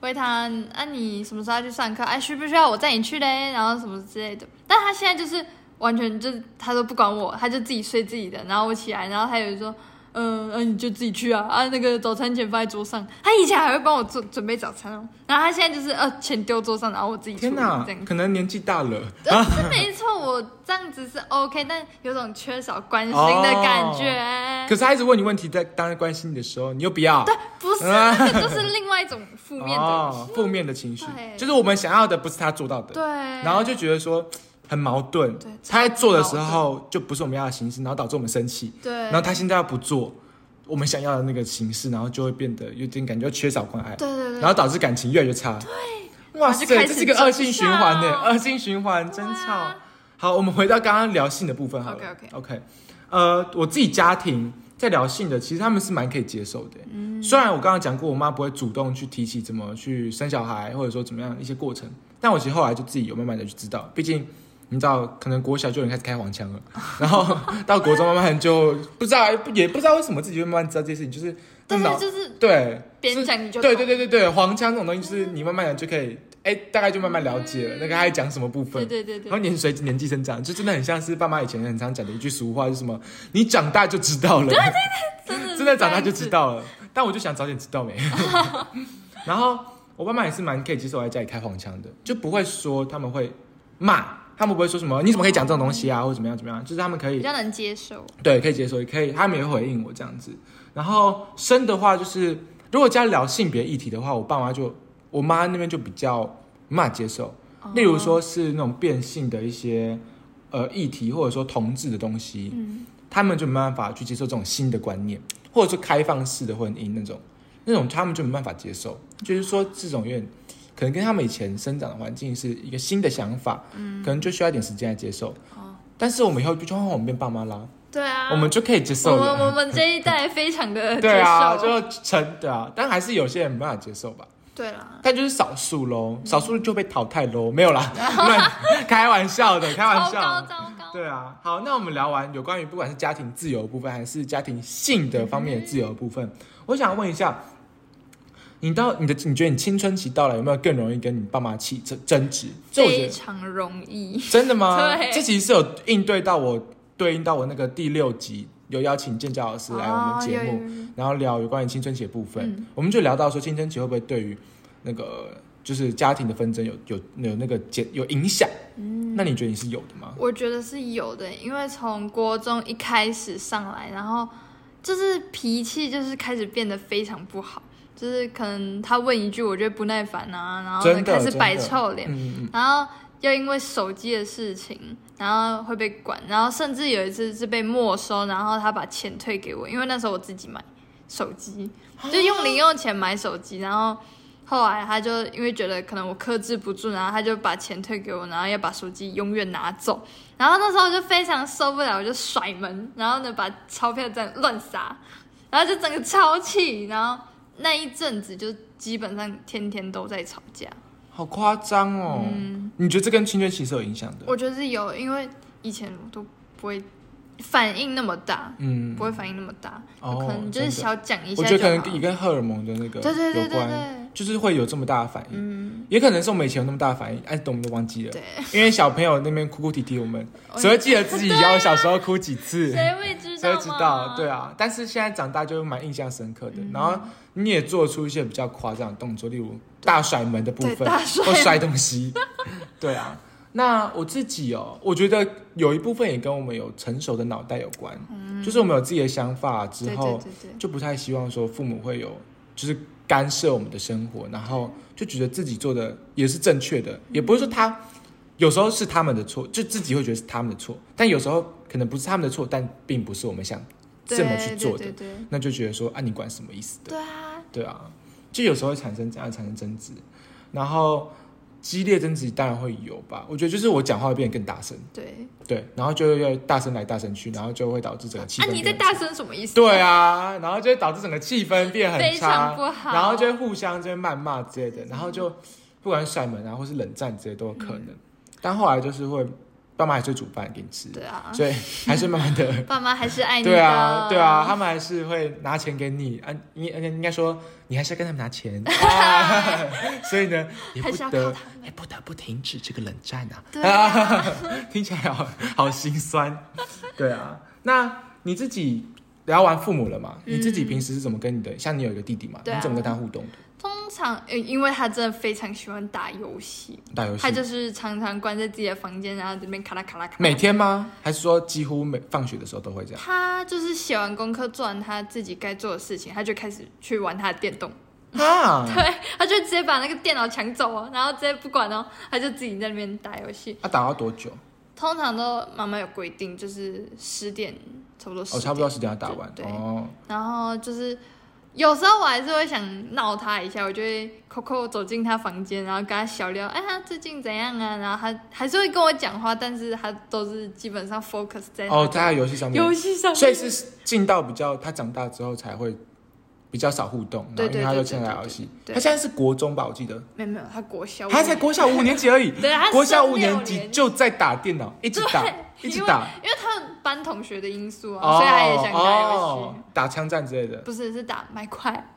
Speaker 2: 维唐，啊你什么时候要去上课？哎、需不需要我载你去嘞？然后什么之类的。但他现在就是完全就是他都不管我，他就自己睡自己的。然后我起来，然后他有说。嗯，那、你就自己去啊啊！那个早餐钱放在桌上，他以前还会帮我做准备早餐哦，然后他现在就是呃钱丢桌上，然后我自己
Speaker 1: 天
Speaker 2: 哪
Speaker 1: 哪
Speaker 2: 这样，子。
Speaker 1: 可能年纪大了，
Speaker 2: 呃是没错，我这样子是 OK，但有种缺少关心的感觉。
Speaker 1: 哦可是他一直问你问题，在当然关心你的时候，你又不要
Speaker 2: 哎对，不是，那个就是另外一种负面的。
Speaker 1: 啊哦，负面的情绪，
Speaker 2: 对
Speaker 1: 就是我们想要的不是他做到的，
Speaker 2: 对，
Speaker 1: 然后就觉得说很矛盾
Speaker 2: 对。
Speaker 1: 他在做的时候就不是我们要的形式，然后导致我们生气，
Speaker 2: 对，
Speaker 1: 然后他现在要不做我们想要的那个形式，然后就会变得有点感觉缺少关爱。
Speaker 2: 对对对，
Speaker 1: 然后导致感情越来越差。对，哇塞，
Speaker 2: 然后就开
Speaker 1: 这
Speaker 2: 始
Speaker 1: 是个恶性循环呢，
Speaker 2: 争吵
Speaker 1: 恶性循环争
Speaker 2: 对
Speaker 1: 吵。
Speaker 2: 啊
Speaker 1: 好，我们回到刚刚聊性的部分好了。
Speaker 2: OK，OK
Speaker 1: OK，呃，我自己家庭在聊性的，其实他们是蛮可以接受的。嗯，虽然我刚刚讲过，我妈不会主动去提起怎么去生小孩，或者说怎么样一些过程，但我其实后来就自己有慢慢的去知道，毕竟。你知道，可能国小就有人开始开黄腔
Speaker 2: (laughs)
Speaker 1: 了，然后到国中慢慢就不知道，也不知道为什么自己会慢慢知道这件事情，就是
Speaker 2: 但
Speaker 1: 脑
Speaker 2: 是就是
Speaker 1: 对
Speaker 2: 别人
Speaker 1: 是
Speaker 2: 讲你就
Speaker 1: 对对
Speaker 2: 懂
Speaker 1: 对对对，黄腔这种东西就是你慢慢的就可以，哎、大概就慢慢了解了，那个他在讲什么部分。
Speaker 2: 对对
Speaker 1: 然
Speaker 2: 对
Speaker 1: 后
Speaker 2: 对，
Speaker 1: 年随年纪增长，就真的很像是爸妈以前很常讲的一句俗话，就是什么“你长大就知道了”，
Speaker 2: 真的
Speaker 1: (laughs)
Speaker 2: 是
Speaker 1: 真的长
Speaker 2: 这
Speaker 1: 大
Speaker 2: 样
Speaker 1: 就
Speaker 2: 子
Speaker 1: 知。道了。但我就想早点知道没。 (laughs) 然后我爸妈也是蛮可以接受我在家里开黄腔的，就不会说他们会骂，他们不会说什么“你怎么可以讲这种东西啊”或者怎么样怎么样，就是他们可以
Speaker 2: 比较能接受，
Speaker 1: 对，可以接受，也可以，他们也会回应我这样子。然后生的话，就是如果家里聊性别议题的话，我爸妈就我妈那边就比较没办法接受，例如说是那种变性的一些呃议题，或者说同志的东西，他们就没办法去接受这种新的观念，或者说开放式的婚姻那种，那种他们就没办法接受，就是说这种有点。可能跟他们以前生长的环境是一个新的想法，嗯，可能就需要一点时间来接受。
Speaker 2: 哦
Speaker 1: 但是我们以后就换我们变爸妈啦，
Speaker 2: 对啊，
Speaker 1: 我们就可以接
Speaker 2: 我
Speaker 1: 受
Speaker 2: 们
Speaker 1: 了。
Speaker 2: 我们这一代非常的
Speaker 1: 对
Speaker 2: 接
Speaker 1: 啊，
Speaker 2: 受，
Speaker 1: 就成对啊，但还是有些人没办法接受吧。
Speaker 2: 对啦，
Speaker 1: 但就是少数
Speaker 2: 嗯
Speaker 1: 喽，少数就被淘汰喽，没有
Speaker 2: (laughs)
Speaker 1: 啦，乱开玩笑的，开玩
Speaker 2: 糟糕
Speaker 1: 笑。
Speaker 2: 糟糕，
Speaker 1: 对啊，好，那我们聊完有关于不管是家庭
Speaker 2: 嗯
Speaker 1: 自由的部分，还是家庭性的方面的自由的部分，我想问一下，你到你的你觉得你青春期到了，有没有更容易跟你爸妈起争争执？这我觉
Speaker 2: 非
Speaker 1: 得
Speaker 2: 常容易。
Speaker 1: 真的吗？
Speaker 2: 对
Speaker 1: 这集是有应对到我对应到我那个第六集有邀请建教老师来我们节目，
Speaker 2: 哦有有有
Speaker 1: 然后聊有关于青春期的部分，
Speaker 2: 嗯
Speaker 1: 我们就聊到说青春期会不会对于那个就是家庭的纷争有有有那个减有影响？
Speaker 2: 嗯
Speaker 1: 那你觉得你是有的吗？
Speaker 2: 我觉得是有的，因为从国中一开始上来，然后就是脾气就是开始变得非常不好，就是可能他问一句我就不耐烦啊，然后呢
Speaker 1: 真的
Speaker 2: 开始
Speaker 1: 真的
Speaker 2: 摆臭脸，
Speaker 1: 嗯嗯
Speaker 2: 然后又因为手机的事情，然后会被管，然后甚至有一次是被没收，然后他把钱退给我，因为那时候我自己买手机，就用零用钱买手机，然后后来他就因为觉得可能我克制不住，然后他就把钱退给我，然后要把手机永远拿走，然后那时候我就非常受不了，我就甩门，然后呢把钞票这样乱撒，然后就整个超气，然后那一阵子就基本上天天都在吵架。
Speaker 1: 嗯，好夸张哦！你觉得这跟青春期是有影响的？
Speaker 2: 嗯我觉得是有，因为以前我都不会反应那么大，
Speaker 1: 嗯
Speaker 2: 不，会反应那么大，
Speaker 1: 哦
Speaker 2: 可能就是小讲一下
Speaker 1: 我觉得
Speaker 2: 就
Speaker 1: 可
Speaker 2: 好
Speaker 1: 能也跟荷尔蒙的那个
Speaker 2: 对对对
Speaker 1: 有
Speaker 2: 对
Speaker 1: 关，
Speaker 2: 对
Speaker 1: 就是会有这么大的反应，也可能是我们以前有那么大的反应，哎，等我们都忘记了。
Speaker 2: 对，
Speaker 1: 因为小朋友那边哭哭啼啼，我们只会记得自己
Speaker 2: (laughs)
Speaker 1: 要
Speaker 2: 啊
Speaker 1: 小时候哭几次，
Speaker 2: 谁会知
Speaker 1: 谁
Speaker 2: 道吗？嗯
Speaker 1: 会知道？对啊，但是现在长大就蛮印象深刻的。然后你也做出一些比较夸张的动作，例如大甩门的部
Speaker 2: 对
Speaker 1: 分，
Speaker 2: 大甩
Speaker 1: 或摔东
Speaker 2: (laughs)
Speaker 1: 西。对啊，那我自己哦，我觉得有一部分也跟我们有成熟的脑袋有关，就是我们有自己的想法之
Speaker 2: 嗯对
Speaker 1: 后，
Speaker 2: 对对对，
Speaker 1: 就不太希望说父母会有就是干涉我们的生活，然后就觉得自己做的也是正确的，也不是说他有时候是他们的错，就自己会觉得是他们的错，但有时候可能不是他们的错，但并不是我们想这么去做的，
Speaker 2: 对对对对
Speaker 1: 那就觉得说啊，你管什么意思的？
Speaker 2: 对啊，
Speaker 1: 对啊，就有时候会产生这样产生争执，然后激烈争执当然会有吧，我觉得就是我讲话会变得更大声，
Speaker 2: 对
Speaker 1: 对，然后就会大声来大声去，然后就会导致整个气
Speaker 2: 啊
Speaker 1: 氛，变
Speaker 2: 你在
Speaker 1: 得
Speaker 2: 大声什么意思？
Speaker 1: 对啊，然后就会导致整个气氛变很
Speaker 2: 非
Speaker 1: 差
Speaker 2: 常，不好，
Speaker 1: 然后就会互相就会谩骂之类的，然后就不管是甩门啊，或是冷战之类都有可能。
Speaker 2: 嗯
Speaker 1: 但后来就是会，爸妈还是会煮饭给你吃，
Speaker 2: 对啊，
Speaker 1: 所以还是慢慢
Speaker 2: (laughs)
Speaker 1: 的，
Speaker 2: 爸妈还是爱你的，
Speaker 1: 对啊，对啊，，他们还是会拿钱给你啊，你应应该说你还是要跟他们拿
Speaker 2: (laughs)
Speaker 1: 钱， (laughs) 啊、所以呢，也
Speaker 2: 还
Speaker 1: 不
Speaker 2: 是要靠
Speaker 1: 得
Speaker 2: 他们
Speaker 1: 也不得不停止这个冷战啊。
Speaker 2: 对啊，
Speaker 1: 听起来好好心酸。 (laughs) 对啊，那你自己聊完父母了嘛？
Speaker 2: 嗯
Speaker 1: 你自己平时是怎么跟你的？像你有一个弟弟嘛，
Speaker 2: 对啊
Speaker 1: 你怎么跟他互动的？
Speaker 2: 通常呃因为他真的非常喜欢打游戏，
Speaker 1: 打游戏
Speaker 2: 他？就是常常关在自己的房间，然后这边咔啦咔啦咔啦。
Speaker 1: 每天吗？还是说几乎每放学的时候都会这
Speaker 2: (laughs)
Speaker 1: 样？
Speaker 2: 他就是写完功课，做完他自己该做的事情，他就开始去玩他的电动。
Speaker 1: 啊，
Speaker 2: (laughs) 对，他就直接把那个电脑抢走哦，然后直接不管哦，他就自己在那边打游戏。
Speaker 1: 他打到多久？哦
Speaker 2: 通常都妈妈有规定，就是十点差不多10
Speaker 1: 哦，
Speaker 2: 点，
Speaker 1: 差不多时间要打完
Speaker 2: 对对
Speaker 1: 哦。
Speaker 2: 然后就是有时候我还是会想闹他一下，我就会扣扣走进他房间，然后跟他小聊，哎，他最近怎样啊？然后他还是会跟我讲话，但是他都是基本上 focus 在那
Speaker 1: 哦，在他游戏上面，
Speaker 2: 游戏上面，
Speaker 1: 所以是进到比较他长大之后才会比较少互动，然后
Speaker 2: 对
Speaker 1: 因
Speaker 2: 对
Speaker 1: 为他就
Speaker 2: 对
Speaker 1: 现
Speaker 2: 对
Speaker 1: 在打
Speaker 2: 对
Speaker 1: 游戏。他
Speaker 2: 对
Speaker 1: 现在是国中吧？我记得
Speaker 2: 没有没有，他国小，
Speaker 1: 他才国小五年级而已。
Speaker 2: 对他
Speaker 1: 国小
Speaker 2: 升
Speaker 1: 五
Speaker 2: 啊六
Speaker 1: 年级
Speaker 2: 年
Speaker 1: 就在打电脑，一直打，一直打。
Speaker 2: 因为他们班同学的因素啊，所以他也想打游戏。
Speaker 1: 哦打枪战之类的。
Speaker 2: 不是，是打麦块，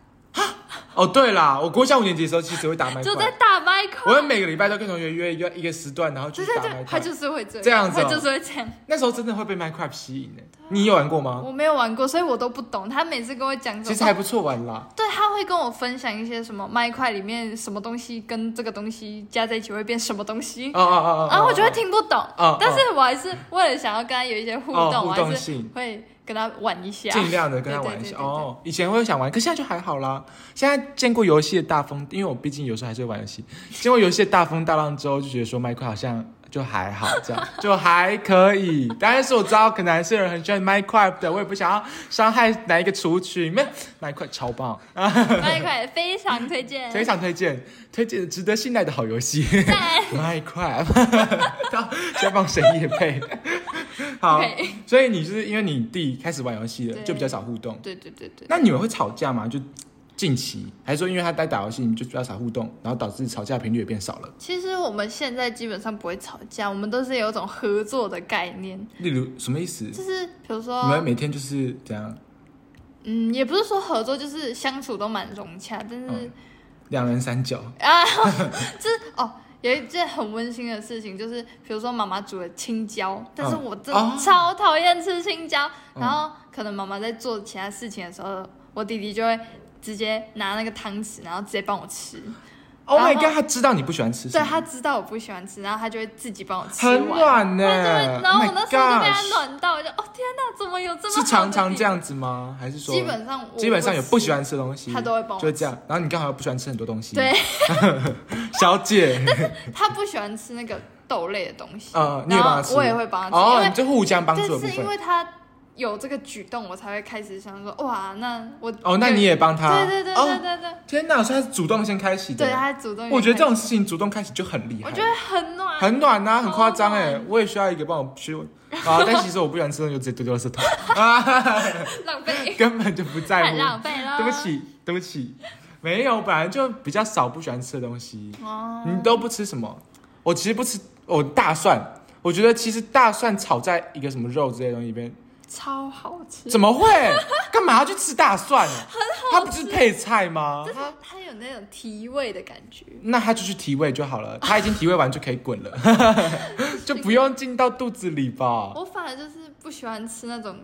Speaker 1: 哦，对啦，我国小五年级的时候其实会打麦
Speaker 2: 就在
Speaker 1: 块，
Speaker 2: 打麦
Speaker 1: 我
Speaker 2: 块。
Speaker 1: 会每个礼拜都跟同学约一个一个时段，然后去
Speaker 2: 对对
Speaker 1: 打麦
Speaker 2: 对，他
Speaker 1: 块。
Speaker 2: 就是会这样，
Speaker 1: 这样子哦
Speaker 2: 他就是会这样。
Speaker 1: 那时候真的会被麦块吸引诶，你有玩过吗？
Speaker 2: 我没有玩过，所以我都不懂。他每次跟我讲什么，
Speaker 1: 哦其实还不错玩啦。
Speaker 2: 对，他会跟我分享一些什么麦块里面什么东西跟这个东西加在一起会变什么东西，
Speaker 1: 哦哦哦哦。
Speaker 2: 然啊后我就会
Speaker 1: 哦
Speaker 2: 听不懂
Speaker 1: 哦。
Speaker 2: 但是我还是为了想要跟他有一些互
Speaker 1: 哦
Speaker 2: 动，
Speaker 1: 互
Speaker 2: 我
Speaker 1: 动
Speaker 2: 还是
Speaker 1: 性
Speaker 2: 会跟他玩一下。
Speaker 1: 尽量的跟他玩一
Speaker 2: 对对对
Speaker 1: 下
Speaker 2: 对对
Speaker 1: 哦。以前会想玩，可现在就还好啦。现在见过游戏的大风，因为我毕竟有时候还是会玩游戏。见过游戏的大风大浪之后，就觉得说麦块好像就还好，这样就还可以。当然是我知道，可能还是有人很喜欢麦块的，我也不想要伤害哪一个族群。没有麦块超棒，
Speaker 2: 麦块非常推荐，
Speaker 1: (laughs) 非常推荐，推荐值得信赖的好游
Speaker 2: (laughs)
Speaker 1: 戏。 (laughs)
Speaker 2: 赞。
Speaker 1: 麦块，在帮谁夜配？好
Speaker 2: OK
Speaker 1: 所以你就是因为你弟开始玩游戏了，
Speaker 2: 对
Speaker 1: 就比较少互动。
Speaker 2: 对对对对。
Speaker 1: 那你们会吵架吗？就近期，还是说因为他在打游戏，你就比较少互动，然后导致吵架频率也变少了？
Speaker 2: 其实我们现在基本上不会吵架，我们都是有一种合作的概念，
Speaker 1: 例如什么意思？
Speaker 2: 就是比
Speaker 1: 嗯你
Speaker 2: 如
Speaker 1: 们
Speaker 2: 说，
Speaker 1: 每天就是怎样？
Speaker 2: 嗯，也不是说合作，就是相处都蛮融洽，但是
Speaker 1: 嗯两人三酒，
Speaker 2: (laughs) 啊，就是哦，有一件很温馨的事情，就是比如说妈妈煮了青椒，但是我真
Speaker 1: 哦
Speaker 2: 的超讨厌吃青椒，
Speaker 1: 嗯
Speaker 2: 然后可能妈妈在做其他事情的时候，我弟弟就会直接拿那个汤匙，然后直接帮我吃。
Speaker 1: Oh my
Speaker 2: 然后
Speaker 1: god！他知道你不喜欢吃什
Speaker 2: 哦对
Speaker 1: 么，
Speaker 2: 他知道我不喜欢吃，然后他就会自己帮我吃
Speaker 1: 很暖
Speaker 2: 完。
Speaker 1: 呢、
Speaker 2: 他就会，然后
Speaker 1: Oh
Speaker 2: 我
Speaker 1: my
Speaker 2: 那时候就被他
Speaker 1: gosh
Speaker 2: 暖到，我就哦天哪，怎么有这么
Speaker 1: 是常
Speaker 2: 好的
Speaker 1: 常
Speaker 2: 弟弟
Speaker 1: 这？样子吗？还是说
Speaker 2: 基本上我
Speaker 1: 基本上有不喜
Speaker 2: 吃
Speaker 1: 欢吃的东西，
Speaker 2: 他都会帮我
Speaker 1: 就会这样。然后你刚好又不喜欢吃很多东西，
Speaker 2: 对，
Speaker 1: 小姐， (laughs)
Speaker 2: 他不喜欢吃那个豆类的东西，
Speaker 1: 呃，你也
Speaker 2: 然
Speaker 1: 帮他
Speaker 2: 后
Speaker 1: 吃，
Speaker 2: 我也会帮他吃，因
Speaker 1: 哦，
Speaker 2: 为
Speaker 1: 你就互相帮
Speaker 2: 但
Speaker 1: 助的部
Speaker 2: 是因
Speaker 1: 分。
Speaker 2: 为他有这个举动，我才会开始想说，哇，那我
Speaker 1: 哦，那你也帮他，
Speaker 2: 对对对对
Speaker 1: 哦，
Speaker 2: 对对，
Speaker 1: 天哪，所以他是主动先开启的。
Speaker 2: 对他主动，
Speaker 1: 我觉得这种事情主动开启就很厉害，
Speaker 2: 我觉得哦很暖，
Speaker 1: 很暖呐、很夸张
Speaker 2: 超
Speaker 1: 哎
Speaker 2: 暖，
Speaker 1: 我也需要一个帮我去
Speaker 2: (laughs)
Speaker 1: 啊，但其实我不喜欢吃，的就直接丢丢垃圾桶，
Speaker 2: 浪费，
Speaker 1: 根本就不在
Speaker 2: 太
Speaker 1: 乎。
Speaker 2: 浪费了，
Speaker 1: 对不，起，对不起，没有，本来就比较少不喜欢吃的东西。
Speaker 2: 哦，
Speaker 1: 你都不吃什么？我其实不吃，我大蒜。我觉得其实大蒜炒在一个什么肉之类的东西里
Speaker 2: 嗯
Speaker 1: 面，
Speaker 2: 超好吃，
Speaker 1: 怎
Speaker 2: 么？
Speaker 1: 么会？干嘛要去吃大
Speaker 2: (laughs)
Speaker 1: 蒜呢、它不是配菜吗？
Speaker 2: 它它有那种提味的感觉，
Speaker 1: 那它就去提味就好了，它已经提味完就可以滚了，
Speaker 2: (laughs)
Speaker 1: 就不用进到肚子里吧。
Speaker 2: 我反而就是不喜欢吃那种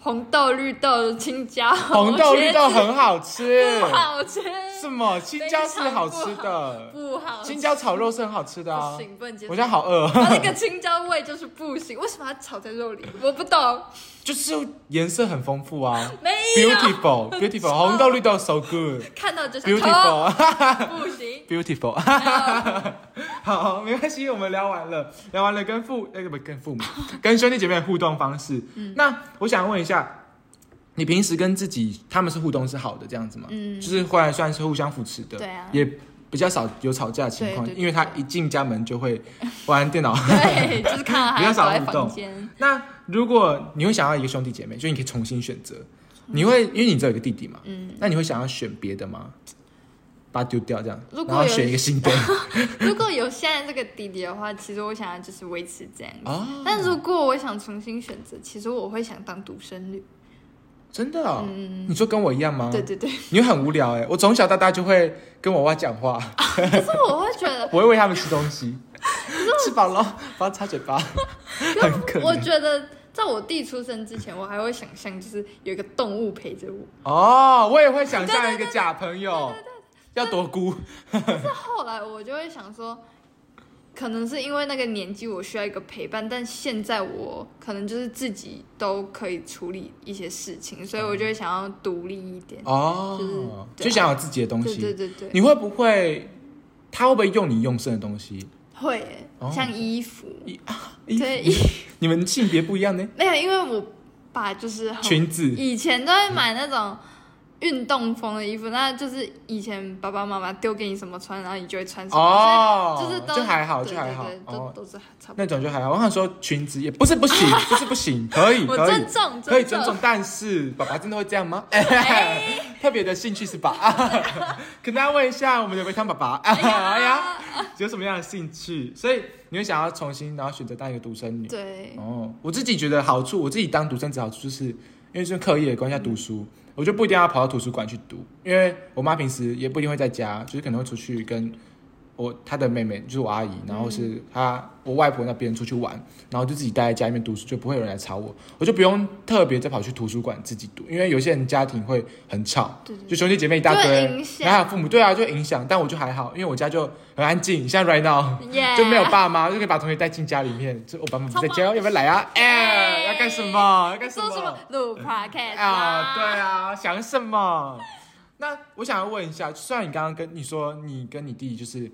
Speaker 2: 红豆、绿豆、青椒，
Speaker 1: 红豆绿豆
Speaker 2: 我觉得
Speaker 1: 很好吃
Speaker 2: 不，好吃，
Speaker 1: 什么青椒是好吃的，
Speaker 2: 不好吃，
Speaker 1: 青椒炒肉是很好吃的啊
Speaker 2: 不。行，不能接受
Speaker 1: 我现在好饿，
Speaker 2: 它那个青椒味就是不行，为什么要炒在肉里？我不懂，
Speaker 1: 就是颜色很丰富
Speaker 2: (laughs)
Speaker 1: 啊
Speaker 2: 没有
Speaker 1: ，beautiful
Speaker 2: (laughs)
Speaker 1: beautiful，红豆绿豆 so good。
Speaker 2: 看到就想偷，
Speaker 1: Beautiful,
Speaker 2: 不行。
Speaker 1: beautiful (laughs) 好，没关系，我们聊完了，聊完了跟父那个不跟父母， (laughs) 跟兄弟姐妹的互动方式。
Speaker 2: 嗯
Speaker 1: 那我想问一下，你平时跟自己他们是互动是好的这样子吗？
Speaker 2: 嗯
Speaker 1: 就是后来算是互相扶持的，
Speaker 2: 对啊
Speaker 1: 也比较少有吵架的情况
Speaker 2: 对，对对
Speaker 1: 因为他一进家门就
Speaker 2: (laughs)
Speaker 1: 会玩电脑。 (laughs)
Speaker 2: 对，就是看到
Speaker 1: 比较
Speaker 2: 他
Speaker 1: 少
Speaker 2: 躲在
Speaker 1: 互
Speaker 2: 房
Speaker 1: 动
Speaker 2: 间，
Speaker 1: 那如果你会想要一个兄弟姐妹，就你可以重新选择，你会因为你只有一个弟弟嘛，
Speaker 2: 嗯，
Speaker 1: 那你会想要选别的吗？把它丢掉这样，
Speaker 2: 如果
Speaker 1: 然后
Speaker 2: 有
Speaker 1: 选一个新
Speaker 2: (laughs)
Speaker 1: 的
Speaker 2: 如果有现在这个弟弟的话，其实我想要就是维持这样子。
Speaker 1: 哦，
Speaker 2: 但如果我想重新选择，其实我会想当独生女。
Speaker 1: 真的、哦，
Speaker 2: 嗯，
Speaker 1: 你说跟我一样吗？
Speaker 2: 对，对对。
Speaker 1: 你会很无聊哎、我从小到大就会跟我爸讲话，
Speaker 2: 可是我会觉得，
Speaker 1: 我会喂他们吃东西，吃饱了帮他擦嘴巴，
Speaker 2: (laughs)
Speaker 1: 很可
Speaker 2: 我
Speaker 1: 怜
Speaker 2: 觉得在我弟出生之前，我还会想象就是有一个动物陪着我。
Speaker 1: 哦。我也会想象一个假朋友，要多孤，
Speaker 2: 但后来我就会想说，可能是因为那个年纪我需要一个陪伴，但现在我可能就是自己都可以处理一些事情，所以我就会想要独立一点。就是
Speaker 1: 哦，
Speaker 2: 对啊
Speaker 1: 就想有自己的东
Speaker 2: 对对
Speaker 1: 西。
Speaker 2: 对对，
Speaker 1: 你会不会？他会不会用你用剩的东西？
Speaker 2: 会耶、
Speaker 1: 哦
Speaker 2: 像衣服，
Speaker 1: 衣
Speaker 2: 对，
Speaker 1: 服
Speaker 2: 衣 (laughs) 服
Speaker 1: 你们性别不一样呢？
Speaker 2: 没有，因为我爸就是很
Speaker 1: 裙子
Speaker 2: 以前都会买那种运动风的衣服，那就是以前爸爸妈妈丢给你什么穿，然后你就会穿什么，
Speaker 1: 哦，
Speaker 2: 所以就是都
Speaker 1: 就还好，
Speaker 2: 对
Speaker 1: 就还好
Speaker 2: 对对
Speaker 1: 哦
Speaker 2: 都。都是差不多。
Speaker 1: 那种就还好。我想说裙子也不是不行，不是不行，可以
Speaker 2: 我
Speaker 1: 可以
Speaker 2: 尊
Speaker 1: (laughs)
Speaker 2: 重，
Speaker 1: 可以尊重，但是爸爸真的会这样吗？ (laughs) 特别的兴趣是吧？ (laughs) 跟大家问一下我们的维康爸爸， (laughs) 哎呀，有什么样的兴趣？所以你会想要重新，然后选择当一个独生女。
Speaker 2: 对，
Speaker 1: 哦，我自己觉得好处，我自己当独生子好处就是，因为是课业的关系要读书，我就不一定要跑到图书馆去读，因为我妈平时也不一定会在家，就是可能会出去跟我她的妹妹，就是我阿姨，然后是她我外婆那边出去玩，然后就自己待在家里面读书，就不会有人来吵我，我就不用特别再跑去图书馆自己读，因为有些人家庭会很吵，
Speaker 2: 对对
Speaker 1: 就兄弟姐妹一大堆
Speaker 2: 就会影，响
Speaker 1: 然后还有父母，对啊，就会影响，但我就还好，因为我家就很安静，像 right now。
Speaker 2: 耶
Speaker 1: 就没有爸妈，就可以把同学带进家里面。就我爸妈不在家，要不要来啊？哎、要干什么？要干什
Speaker 2: 说什么哎
Speaker 1: 么？
Speaker 2: 录 podcast
Speaker 1: 啊，对啊，想什么？那我想要问一下，虽然你刚刚跟你说你跟你弟就是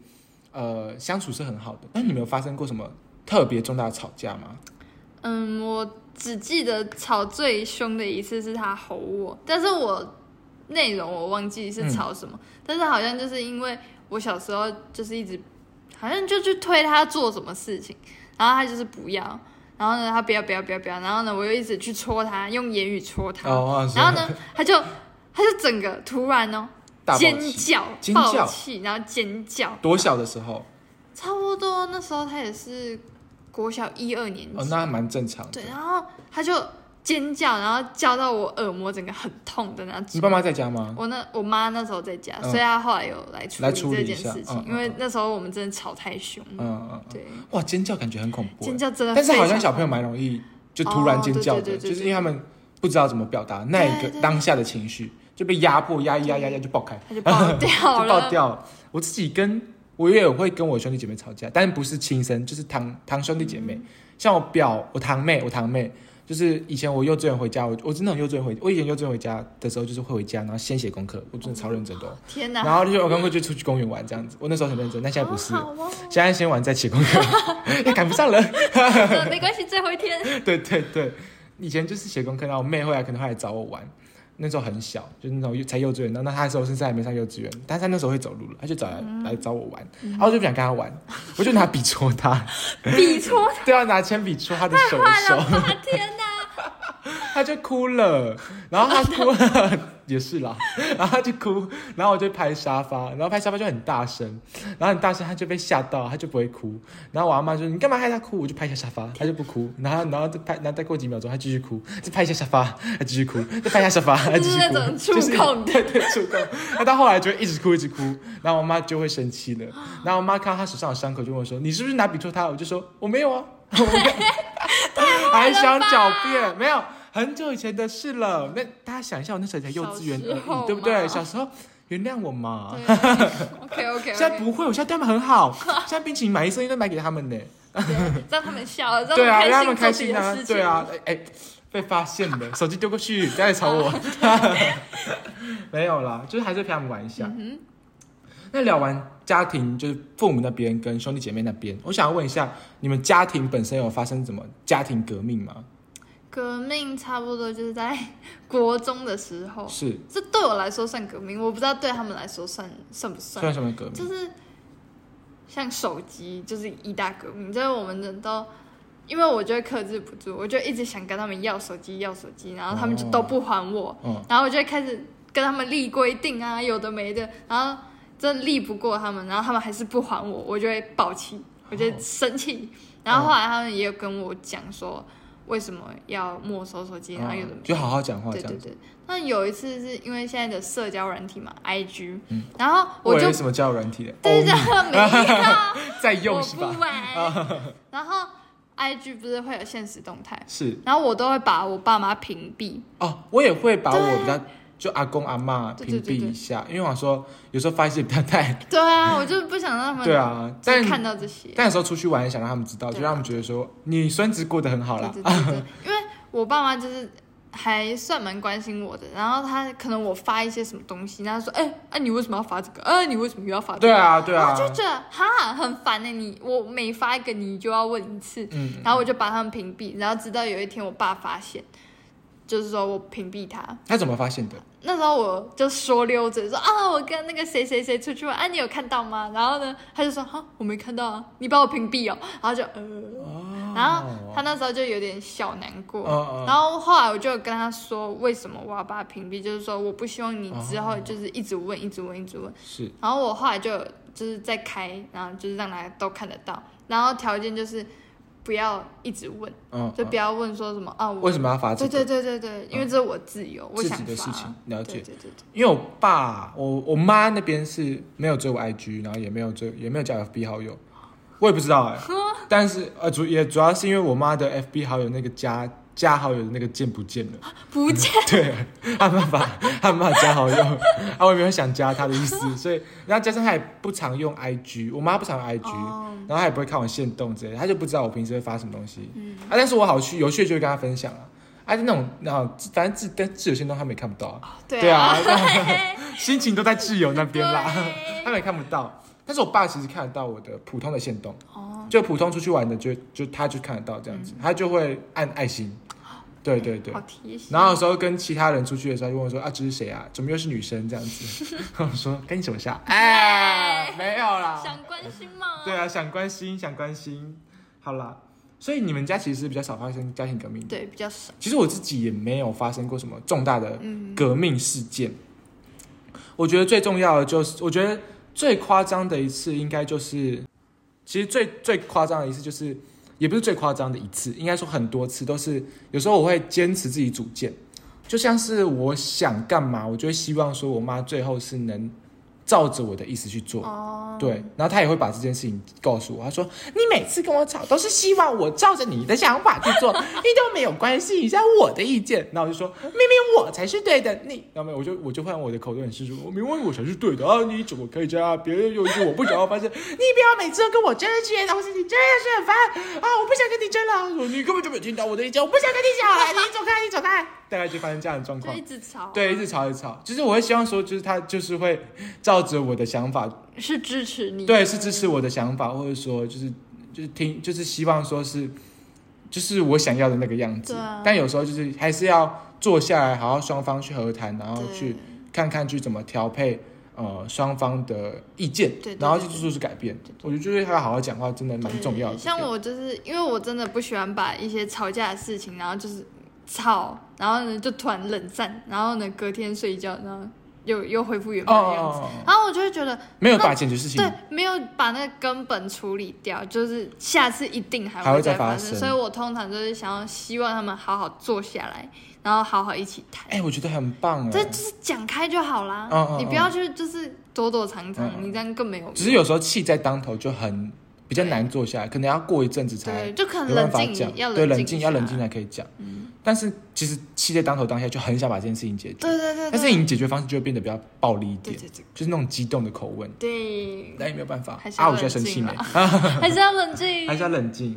Speaker 1: 呃相处是很好的，但你们有发生过什么特别重大的吵架吗？
Speaker 2: 嗯，我只记得吵最凶的一次是他吼我，但是我内容我忘记
Speaker 1: 嗯
Speaker 2: 是吵什么，但是好像就是因为我小时候就是一直好像就去推他做什么事情，然后他就是不要，然后呢他不要不要不要不要，然后呢我又一直去戳他，用言语戳他，
Speaker 1: 哦，我想说
Speaker 2: 然后呢他就他就整个突然哦
Speaker 1: 大
Speaker 2: 尖
Speaker 1: 暴气，
Speaker 2: 叫
Speaker 1: 尖
Speaker 2: 暴
Speaker 1: 叫
Speaker 2: 气，然后尖叫，
Speaker 1: 多小的时候？
Speaker 2: 差不多那时候他也是国小一二年级。
Speaker 1: 哦
Speaker 2: 啊
Speaker 1: 哦，那还蛮正常的
Speaker 2: 对，。然后他就尖叫，然后叫到我耳膜整个很痛的那种。
Speaker 1: 你爸妈在家吗？
Speaker 2: 我那我妈那时候在家，
Speaker 1: 嗯
Speaker 2: 所以她后来有来处
Speaker 1: 来处
Speaker 2: 这
Speaker 1: 理一
Speaker 2: 件
Speaker 1: 下
Speaker 2: 事情，
Speaker 1: 嗯嗯
Speaker 2: 因为那时候我们真的吵太凶了。
Speaker 1: 嗯嗯，嗯
Speaker 2: 对，
Speaker 1: 哇，尖叫感觉很恐怖
Speaker 2: 尖
Speaker 1: 欸，
Speaker 2: 叫真的非常。
Speaker 1: 但是好像小朋友蛮容易就突然尖叫
Speaker 2: 哦对
Speaker 1: 的，
Speaker 2: 对对对
Speaker 1: 就是因为他们不知道怎么表达那一
Speaker 2: 对
Speaker 1: 个
Speaker 2: 对
Speaker 1: 当下的情绪，就被压迫压一压压一压就爆开，
Speaker 2: 他就
Speaker 1: (laughs)
Speaker 2: 爆
Speaker 1: 就
Speaker 2: 掉了，
Speaker 1: 爆掉了。我自己跟我也有会跟我兄弟姐妹吵架，但不是亲生，就是堂堂兄弟姐
Speaker 2: 嗯
Speaker 1: 妹。像我表、我堂妹、我堂妹，就是以前我幼稚园回家，我我真的有幼稚园回，我以前幼稚园回家的时候就是会回家，然后先写功课，我真的超认真的哦、
Speaker 2: 天哪！
Speaker 1: 然后就有功课就出去公园玩这样子。我那时候很认真，但现在不是，
Speaker 2: 好好哦
Speaker 1: 现在先玩再写功课， (laughs) 也赶不上了。
Speaker 2: 没关系，最后一天。
Speaker 1: 对对对，以前就是写功课，然后我妹会来，可能会来找我玩。那时候很小，就是那种才幼稚园，然后那她那时候甚至还没上幼稚园，但是她那时候会走路了，她就找来、来找我玩，然后我就不想跟她玩，我就拿笔戳她， (laughs)
Speaker 2: 比戳
Speaker 1: 对啊，拿铅笔戳她的手 (laughs)
Speaker 2: 坏了
Speaker 1: 手，
Speaker 2: 吧！天哪！
Speaker 1: 她就哭了，然后她哭了也是啦，然后她就哭，然后我就拍沙发，然后拍沙发就很大声，然后很大声，她就被吓到，她就不会哭，然后我阿妈就说你干嘛害她哭，我就拍一下沙发，她就不哭，然后然后再拍，然后再过几秒钟她继续哭，再拍一下沙发，她继续哭，再拍一下沙发，她
Speaker 2: 就
Speaker 1: 继
Speaker 2: 是
Speaker 1: 续
Speaker 2: 那
Speaker 1: 哭，
Speaker 2: 种触
Speaker 1: 就是
Speaker 2: 控
Speaker 1: (laughs)
Speaker 2: 的，
Speaker 1: 对对，触动。那到后来就会一直哭，一直哭，然后我妈就会生气了。然后我妈看到她手上有伤口，就问我说：“你是不是拿笔戳她？”我就说：“我没有啊。” (laughs) 还想狡辩，没有，很久以前的事了。那大家想一下，我那时候才幼稚园
Speaker 2: 小时
Speaker 1: 而
Speaker 2: 候
Speaker 1: 已，对不对？
Speaker 2: 嘛
Speaker 1: 小时候原谅我嘛。
Speaker 2: OK OK，
Speaker 1: 现在不会，我现在对他们很好。现在冰淇淋买一送一都买给他们
Speaker 2: (laughs)
Speaker 1: 呢。
Speaker 2: 让他们笑，让
Speaker 1: 对啊，
Speaker 2: 开
Speaker 1: 让他
Speaker 2: 心
Speaker 1: 们
Speaker 2: 做
Speaker 1: 开
Speaker 2: 自己
Speaker 1: 心
Speaker 2: 的
Speaker 1: 啊
Speaker 2: 事。情。
Speaker 1: 对啊，哎、哎被发现了，手机丢过去，不要来吵我。 (laughs) 没有啦，就是还是陪他们玩一下。
Speaker 2: 嗯
Speaker 1: 那聊完家庭，就是父母那边跟兄弟姐妹那边，我想要问一下，你们家庭本身有发生什么家庭革命吗？
Speaker 2: 哼，革命差不多就是在国中的时候，
Speaker 1: 是，
Speaker 2: 这对我来说算革命，我不知道对他们来说算算不算。
Speaker 1: 算什么革命？
Speaker 2: 就是像手机就是一大革命，就是我们人都。因为我就会克制不住，我就一直想跟他们要手机要手机，然后他们就
Speaker 1: 哦
Speaker 2: 都不还我，
Speaker 1: 嗯，
Speaker 2: 然后我就会开始跟他们立规定啊，有的没的，然后真的立不过他们，然后他们还是不还我，我就会暴气，我就会生气。然后后来他们也有跟我讲说，为什么要没收手机，然后有的没
Speaker 1: 嗯
Speaker 2: 的
Speaker 1: 就好好讲话这
Speaker 2: 对
Speaker 1: 样
Speaker 2: 对
Speaker 1: 子。
Speaker 2: 对。那有一次是因为现在的社交软体嘛，IG，、
Speaker 1: 嗯
Speaker 2: 然后
Speaker 1: 我
Speaker 2: 我
Speaker 1: 以
Speaker 2: 就
Speaker 1: 为什么交友软体的？
Speaker 2: 对
Speaker 1: 哦
Speaker 2: 的，没有，
Speaker 1: 在 (laughs) 用
Speaker 2: 我
Speaker 1: 是
Speaker 2: 不
Speaker 1: 吧？ (laughs)
Speaker 2: 玩。然后 IG 不是会有现实动态，
Speaker 1: 是
Speaker 2: 然后我都会把我爸妈屏蔽。
Speaker 1: 哦，我也会把我
Speaker 2: 对
Speaker 1: 比较就阿公阿妈
Speaker 2: 对
Speaker 1: 屏
Speaker 2: 对
Speaker 1: 蔽
Speaker 2: 对对
Speaker 1: 一下，因为我想说有时候发一些比较太 (laughs)
Speaker 2: 对啊，我就不想让他们
Speaker 1: 对啊，
Speaker 2: 只
Speaker 1: 但
Speaker 2: 看到这些。
Speaker 1: 但有时候出去玩，想让他们知道，
Speaker 2: 对啊
Speaker 1: 就让他们觉得说你孙子过得很好
Speaker 2: 对
Speaker 1: 啦。
Speaker 2: 对对对，因为我爸妈就是还算蛮关心我的，然后他可能我发一些什么东西，然后他说，哎、啊你为什么要发这个？哎、你为什么又要发这个？
Speaker 1: 对啊，对
Speaker 2: 然
Speaker 1: 啊
Speaker 2: 后，哦我就觉得哈很烦呢、欸你我每发一个你就要问一次，
Speaker 1: 嗯，
Speaker 2: 然后我就把他们屏蔽，然后直到有一天我爸发现，就是说我屏蔽他。
Speaker 1: 他怎么发现的？
Speaker 2: 那时候我就说溜嘴说啊，我跟那个谁谁谁出去玩啊，你有看到吗？然后呢，他就说哈，我没看到啊，你把我屏蔽哦。然后就呃，
Speaker 1: 哦
Speaker 2: 然后他那时候就有点小难过。
Speaker 1: 嗯
Speaker 2: 然后后来我就有跟他说，为什么我要把他屏蔽？就是说我不希望你之后就是一直问，一直问，一直问。
Speaker 1: 是
Speaker 2: 然后我后来就有就是在开，然后就是让大家都看得到。然后条件就是不要一直问，
Speaker 1: 嗯，
Speaker 2: 就不要问说什么啊，我
Speaker 1: 为什么要发这
Speaker 2: 对
Speaker 1: 个？
Speaker 2: 对对对对，因为这是我自由，我
Speaker 1: 自
Speaker 2: 想
Speaker 1: 己的
Speaker 2: 发
Speaker 1: 事情了解
Speaker 2: 对对对对。
Speaker 1: 因为我爸、我我妈那边是没有追我 IG，然后也没有追，也没有加 FB 好友，我也不知道哎、但是呃主也主要是因为我妈的 FB 好友那个加加好友的那个键不见了，
Speaker 2: 不见，
Speaker 1: 对，他没办法，他没办法加好友， (laughs) 啊，我也没有想加他的意思，所以，然后加上他也不常用 IG，我妈不常用 IG，、
Speaker 2: 哦
Speaker 1: 然后她也不会看我限动之类的，她就不知道我平时会发什么东西，啊，但是我好趣有趣就会跟她分享啊，啊，那种然后反正自但自由限动他们也看不到啊，对
Speaker 2: 对
Speaker 1: 啊
Speaker 2: 啊，， (laughs)
Speaker 1: 心情都在挚友那边啦
Speaker 2: 对，
Speaker 1: 他们也看不到。但是我爸其实看得到我的普通的线动，
Speaker 2: 哦，嗯
Speaker 1: 就普通出去玩的就就他就看得到这样子，他就会按爱心。对对对
Speaker 2: 哦好。贴心。
Speaker 1: 然后有时候跟其他人出去的时候，他就问我说啊，这是谁啊？怎么又是女生这样
Speaker 2: (laughs)
Speaker 1: 子？我说跟你什么事啊？哎，没有啦。
Speaker 2: 想关心吗？
Speaker 1: 对啊，想关心，想关心。好啦，所以你们家其实比较少发生家庭革命。
Speaker 2: 对，比较少。
Speaker 1: 其实我自己也没有发生过什么重大的
Speaker 2: 嗯，
Speaker 1: 革命事件。我觉得最重要的就是，我觉得最夸张的一次应该就是，其实最最夸张的一次就是也不是最夸张的一次，应该说很多次都是。有时候我会坚持自己主见，就像是我想干嘛，我就会希望说我妈最后是能照着我的意思去做。
Speaker 2: 哦，
Speaker 1: 对，然后她也会把这件事情告诉我，她说：“你每次跟我吵都是希望我照着你的想法去做，你都没有关心一下我的意见。”那我就说：“明明我才是对的，你……”然后没有我就我就换我的口吻是说：“我明明我才是对的啊，你怎么可以这样？别人有一句我不想要发生， (laughs) 你不要每次都跟我争这些东西，你真的是很烦啊！我不想跟你争了，你根本就没有听到我的意见，我不想跟你讲了，你走开，你走开。”大概就发生这样的状
Speaker 2: 就
Speaker 1: 况
Speaker 2: 一。直吵，
Speaker 1: 对，一直吵一直吵，就是我会希望说，就是他就是会照着我的想法
Speaker 2: 是支持你，
Speaker 1: 对，是支持我的想法，或者说就是就是听，就是希望说是就是我想要的那个样子。
Speaker 2: 对啊
Speaker 1: 但有时候就是还是要坐下来，好好双方去和谈，然后
Speaker 2: 对
Speaker 1: 去看看去怎么调配呃双方的意见，
Speaker 2: 对对
Speaker 1: 然后
Speaker 2: 对
Speaker 1: 去做出改变。
Speaker 2: 对对
Speaker 1: 我觉得就是还好好讲话，真的蛮重要的。
Speaker 2: 对像我就是因为我真的不喜欢把一些吵架的事情，然后就是吵，然后呢就突然冷战，然后呢隔天睡一觉，然后又又恢复原
Speaker 1: 哦
Speaker 2: 本的
Speaker 1: 哦
Speaker 2: 样子。
Speaker 1: 哦，哦
Speaker 2: 然后我就会觉得，
Speaker 1: 没有把解决事情
Speaker 2: 对，没有把那个根本处理掉，就是下次一定还
Speaker 1: 还会
Speaker 2: 会
Speaker 1: 再
Speaker 2: 再发
Speaker 1: 发生
Speaker 2: 所以我通常就是想要希望他们好好坐下来，然后好好一起谈。
Speaker 1: 哎、我觉得很棒
Speaker 2: 这
Speaker 1: 哎。
Speaker 2: 就是讲开就好啦，
Speaker 1: 嗯嗯
Speaker 2: 你不要去就是躲躲藏藏，
Speaker 1: 嗯嗯
Speaker 2: 你这样更没有用。
Speaker 1: 只是有时候气在当头就很比较难坐下来，可能要过一阵子才
Speaker 2: 对，就可能
Speaker 1: 没办
Speaker 2: 冷
Speaker 1: 法
Speaker 2: 静
Speaker 1: 讲，
Speaker 2: 一，要
Speaker 1: 对，冷
Speaker 2: 冷静
Speaker 1: 静
Speaker 2: 一
Speaker 1: 要
Speaker 2: 下嗯
Speaker 1: 冷静才可以讲。但是其实气在当头当下就很想把这件事情解决，
Speaker 2: 对对对，
Speaker 1: 但是你解决方式就会变得比较暴力一
Speaker 2: 对
Speaker 1: 点，
Speaker 2: 对对
Speaker 1: 就是那种激动的口吻，
Speaker 2: 对，
Speaker 1: 那也没有办法
Speaker 2: 还是要
Speaker 1: 啊，我现在生气没
Speaker 2: 冷，还是要冷 (laughs) 静，
Speaker 1: (laughs) 还是要冷静。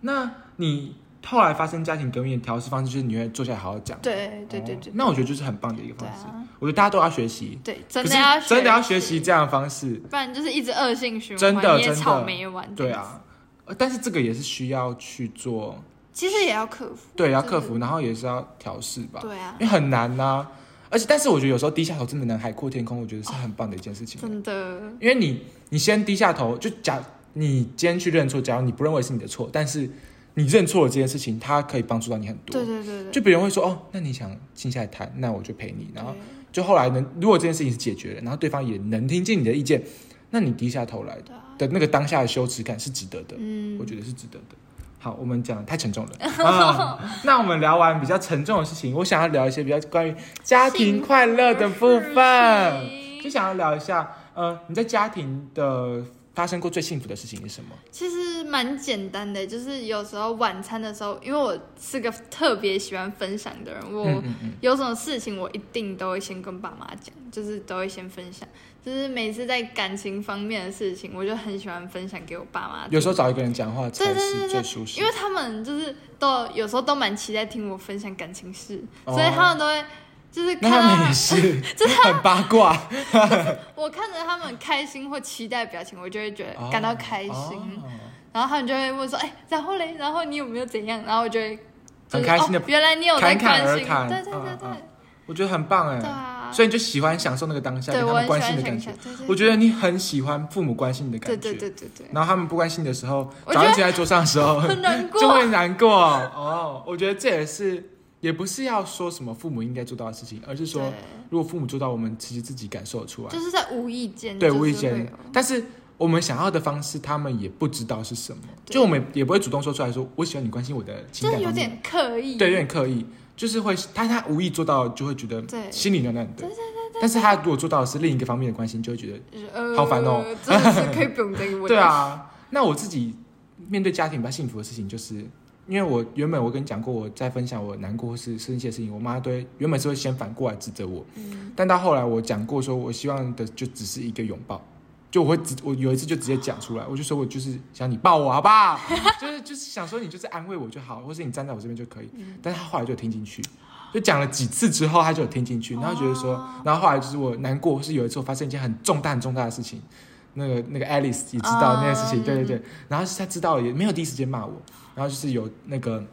Speaker 1: 那你后来发生家庭革命的调试方式就是你会坐下来好好讲，
Speaker 2: 对对对
Speaker 1: 哦
Speaker 2: 对
Speaker 1: 那我觉得就是很棒的一个
Speaker 2: 对
Speaker 1: 方式，
Speaker 2: 啊，
Speaker 1: 我觉得大家都要学习，
Speaker 2: 对，真
Speaker 1: 可
Speaker 2: 的
Speaker 1: 是
Speaker 2: 要
Speaker 1: 真的要学习，这样的方式，
Speaker 2: 不然就是一直恶性循环，
Speaker 1: 真的
Speaker 2: 你也
Speaker 1: 真的
Speaker 2: 吵没完。
Speaker 1: 对，啊。呃但是这个也是需要去做，
Speaker 2: 其实也要克服。
Speaker 1: 对，要
Speaker 2: 就
Speaker 1: 克
Speaker 2: 是
Speaker 1: 服，然后也是要调试吧。
Speaker 2: 对啊
Speaker 1: 因，为很难呐、而且，但是我觉得有时候低下头真的能海阔天空，我觉得是很棒的一件事情。
Speaker 2: 真的，
Speaker 1: 因为你，你先低下头，就假你今天去认错，假如你不认为是你的错，但是你认错了这件事情，它可以帮助到你很多。
Speaker 2: 对对对对，
Speaker 1: 就别人会说哦，那你想静下来谈，那我就陪你。然后
Speaker 2: 对
Speaker 1: 就后来能，如果这件事情是解决了，然后对方也能听进你的意见，那你低下头来
Speaker 2: 对啊，
Speaker 1: 的那个当下的羞耻感是值得的。
Speaker 2: 嗯
Speaker 1: 我，觉得是值得的。好，我们讲得太沉重
Speaker 2: (laughs)
Speaker 1: 了、啊。那我们聊完比较沉重的事情，我想要聊一些比较关于家庭快乐的部分，
Speaker 2: 嗯
Speaker 1: 就想要聊一下，呃，你在家庭的发生过最幸福的事情是什么？
Speaker 2: 其实蛮简单的，就是有时候晚餐的时候，因为我是个特别喜欢分享的人，我。
Speaker 1: 嗯嗯嗯，
Speaker 2: 有什么事情我一定都会先跟爸妈讲，就是都会先分享，就是每次在感情方面的事情，我就很喜欢分享给我爸妈听，
Speaker 1: 有时候找一个人讲话才
Speaker 2: 对对对
Speaker 1: 是
Speaker 2: 对
Speaker 1: 最舒适
Speaker 2: 因为。他们就是都有时候都蛮期待听我分享感情事，
Speaker 1: 哦
Speaker 2: 所以他们都会就是
Speaker 1: 那
Speaker 2: 看到
Speaker 1: 他
Speaker 2: 他
Speaker 1: 们也
Speaker 2: 们， (laughs)
Speaker 1: 是很八卦，
Speaker 2: 我看着他们开心或期待的表情，我就会觉
Speaker 1: 哦
Speaker 2: 得 (laughs) 感到开心，
Speaker 1: 哦
Speaker 2: 然后他们就会问说，哎，然后嘞，然后你有没有怎样？然后我就会、就是、
Speaker 1: 很开心地
Speaker 2: 哦，原来你有在
Speaker 1: 侃侃
Speaker 2: 关心，
Speaker 1: 而谈
Speaker 2: 对对对
Speaker 1: 嗯
Speaker 2: 对，
Speaker 1: 嗯我觉得很棒
Speaker 2: 对
Speaker 1: 哎，
Speaker 2: 啊，
Speaker 1: 所以你就喜欢享受那个当下
Speaker 2: 对
Speaker 1: 跟他
Speaker 2: 我
Speaker 1: 们
Speaker 2: 很
Speaker 1: 关
Speaker 2: 喜欢
Speaker 1: 心的
Speaker 2: 想
Speaker 1: 感
Speaker 2: 一
Speaker 1: 觉
Speaker 2: 下。，对对
Speaker 1: 我觉得你很喜欢父母关心你的感
Speaker 2: 对
Speaker 1: 觉，
Speaker 2: 对对对对。
Speaker 1: 然后他们不关心的时候，
Speaker 2: 我
Speaker 1: 早
Speaker 2: 觉得
Speaker 1: 上起来桌上的时 (laughs) 候
Speaker 2: 很难过
Speaker 1: 就会难过哦。我觉得这也是，也不是要说什么父母应该做到的事情，而是说，如果父母做到，我们其实自己感受得出
Speaker 2: 对
Speaker 1: 来，
Speaker 2: 就是在无意间，
Speaker 1: 对，
Speaker 2: 就是
Speaker 1: 无
Speaker 2: 会
Speaker 1: 意
Speaker 2: 有
Speaker 1: 间。但是我们想要的方式，他们也不知道是什么，
Speaker 2: 对
Speaker 1: 就我们也不会主动说出来说，我喜欢你关心我的情
Speaker 2: 就
Speaker 1: 感
Speaker 2: 是有
Speaker 1: 方面，
Speaker 2: 点刻意，
Speaker 1: 对，有点刻意，就是会，但他无意做到，就会觉得
Speaker 2: 对
Speaker 1: 心里暖暖的。对对对。但是他如果做到的是另一个方面的关心，就会觉得
Speaker 2: 就是呃，
Speaker 1: 好烦哦，
Speaker 2: 真的是可以不用这个问题，
Speaker 1: (laughs) 对，啊，那我自己面对家庭比较幸福的事情，就是因为我原本我跟你讲过，我在分享我难过或是生气的事情，我妈都会原本是会先反过来指责我，
Speaker 2: 嗯，
Speaker 1: 但到后来我讲过说，我希望的就只是一个拥抱。就我会直，我有一次就直接讲出来，我就说我就是想你抱我，好不
Speaker 2: (laughs)
Speaker 1: 好？就是就是想说你就是安慰我就好，或是你站在我这边就可以。
Speaker 2: 嗯
Speaker 1: 但是他后来就听进去，就讲了几次之后，他就有听进去，然后觉得说，
Speaker 2: 哦
Speaker 1: 然后后来就是我难过，或是有一次我发生一件很重大很重大的事情，那个那个 Alice 也知道那件事情，
Speaker 2: 哦
Speaker 1: 对对对，然后是他知道了也没有第一时间骂我，然后就是有那个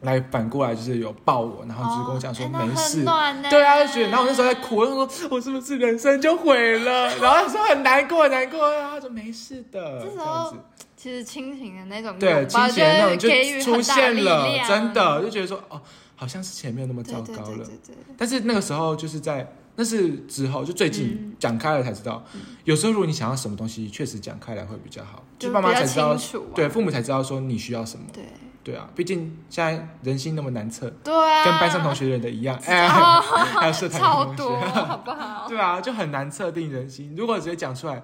Speaker 1: 来反过来就是有抱我，然后就是跟我讲说
Speaker 2: 哦哎那
Speaker 1: 没事
Speaker 2: 很，暖呢
Speaker 1: 对啊，就觉得，然后我那时候在哭，我就说我是不是人生就毁了？然后他说很难过，很难过，然后他说没事的，
Speaker 2: 这时
Speaker 1: 这样
Speaker 2: 候嗯
Speaker 1: 子，
Speaker 2: 其实亲情的那种拥抱，
Speaker 1: 对，亲情的那种
Speaker 2: 就会给予
Speaker 1: 出
Speaker 2: 很大的
Speaker 1: 现
Speaker 2: 力
Speaker 1: 了，
Speaker 2: 量
Speaker 1: 真，的就觉得说哦，好像事情也没有那么
Speaker 2: 对
Speaker 1: 糟
Speaker 2: 对
Speaker 1: 糕
Speaker 2: 对
Speaker 1: 了。
Speaker 2: 对对，
Speaker 1: 但是那个时候就是在那是之后，就最近
Speaker 2: 嗯
Speaker 1: 讲开了才知道，有时候如果你想要什么东西，确实讲开来会比较好，
Speaker 2: 就
Speaker 1: 爸妈
Speaker 2: 比较
Speaker 1: 才知道
Speaker 2: 清，楚啊。
Speaker 1: 对父母才知道说你需要什么。
Speaker 2: 对
Speaker 1: 对啊，毕竟现在人心那么难测，
Speaker 2: 对啊，
Speaker 1: 跟班上同学人的一
Speaker 2: (laughs)
Speaker 1: 样，哎，
Speaker 2: 哦
Speaker 1: 还有社团
Speaker 2: 超
Speaker 1: 的同
Speaker 2: 多，
Speaker 1: (laughs) 学，
Speaker 2: 好不好？
Speaker 1: 对啊，就很难测定人心。如果直接讲出来，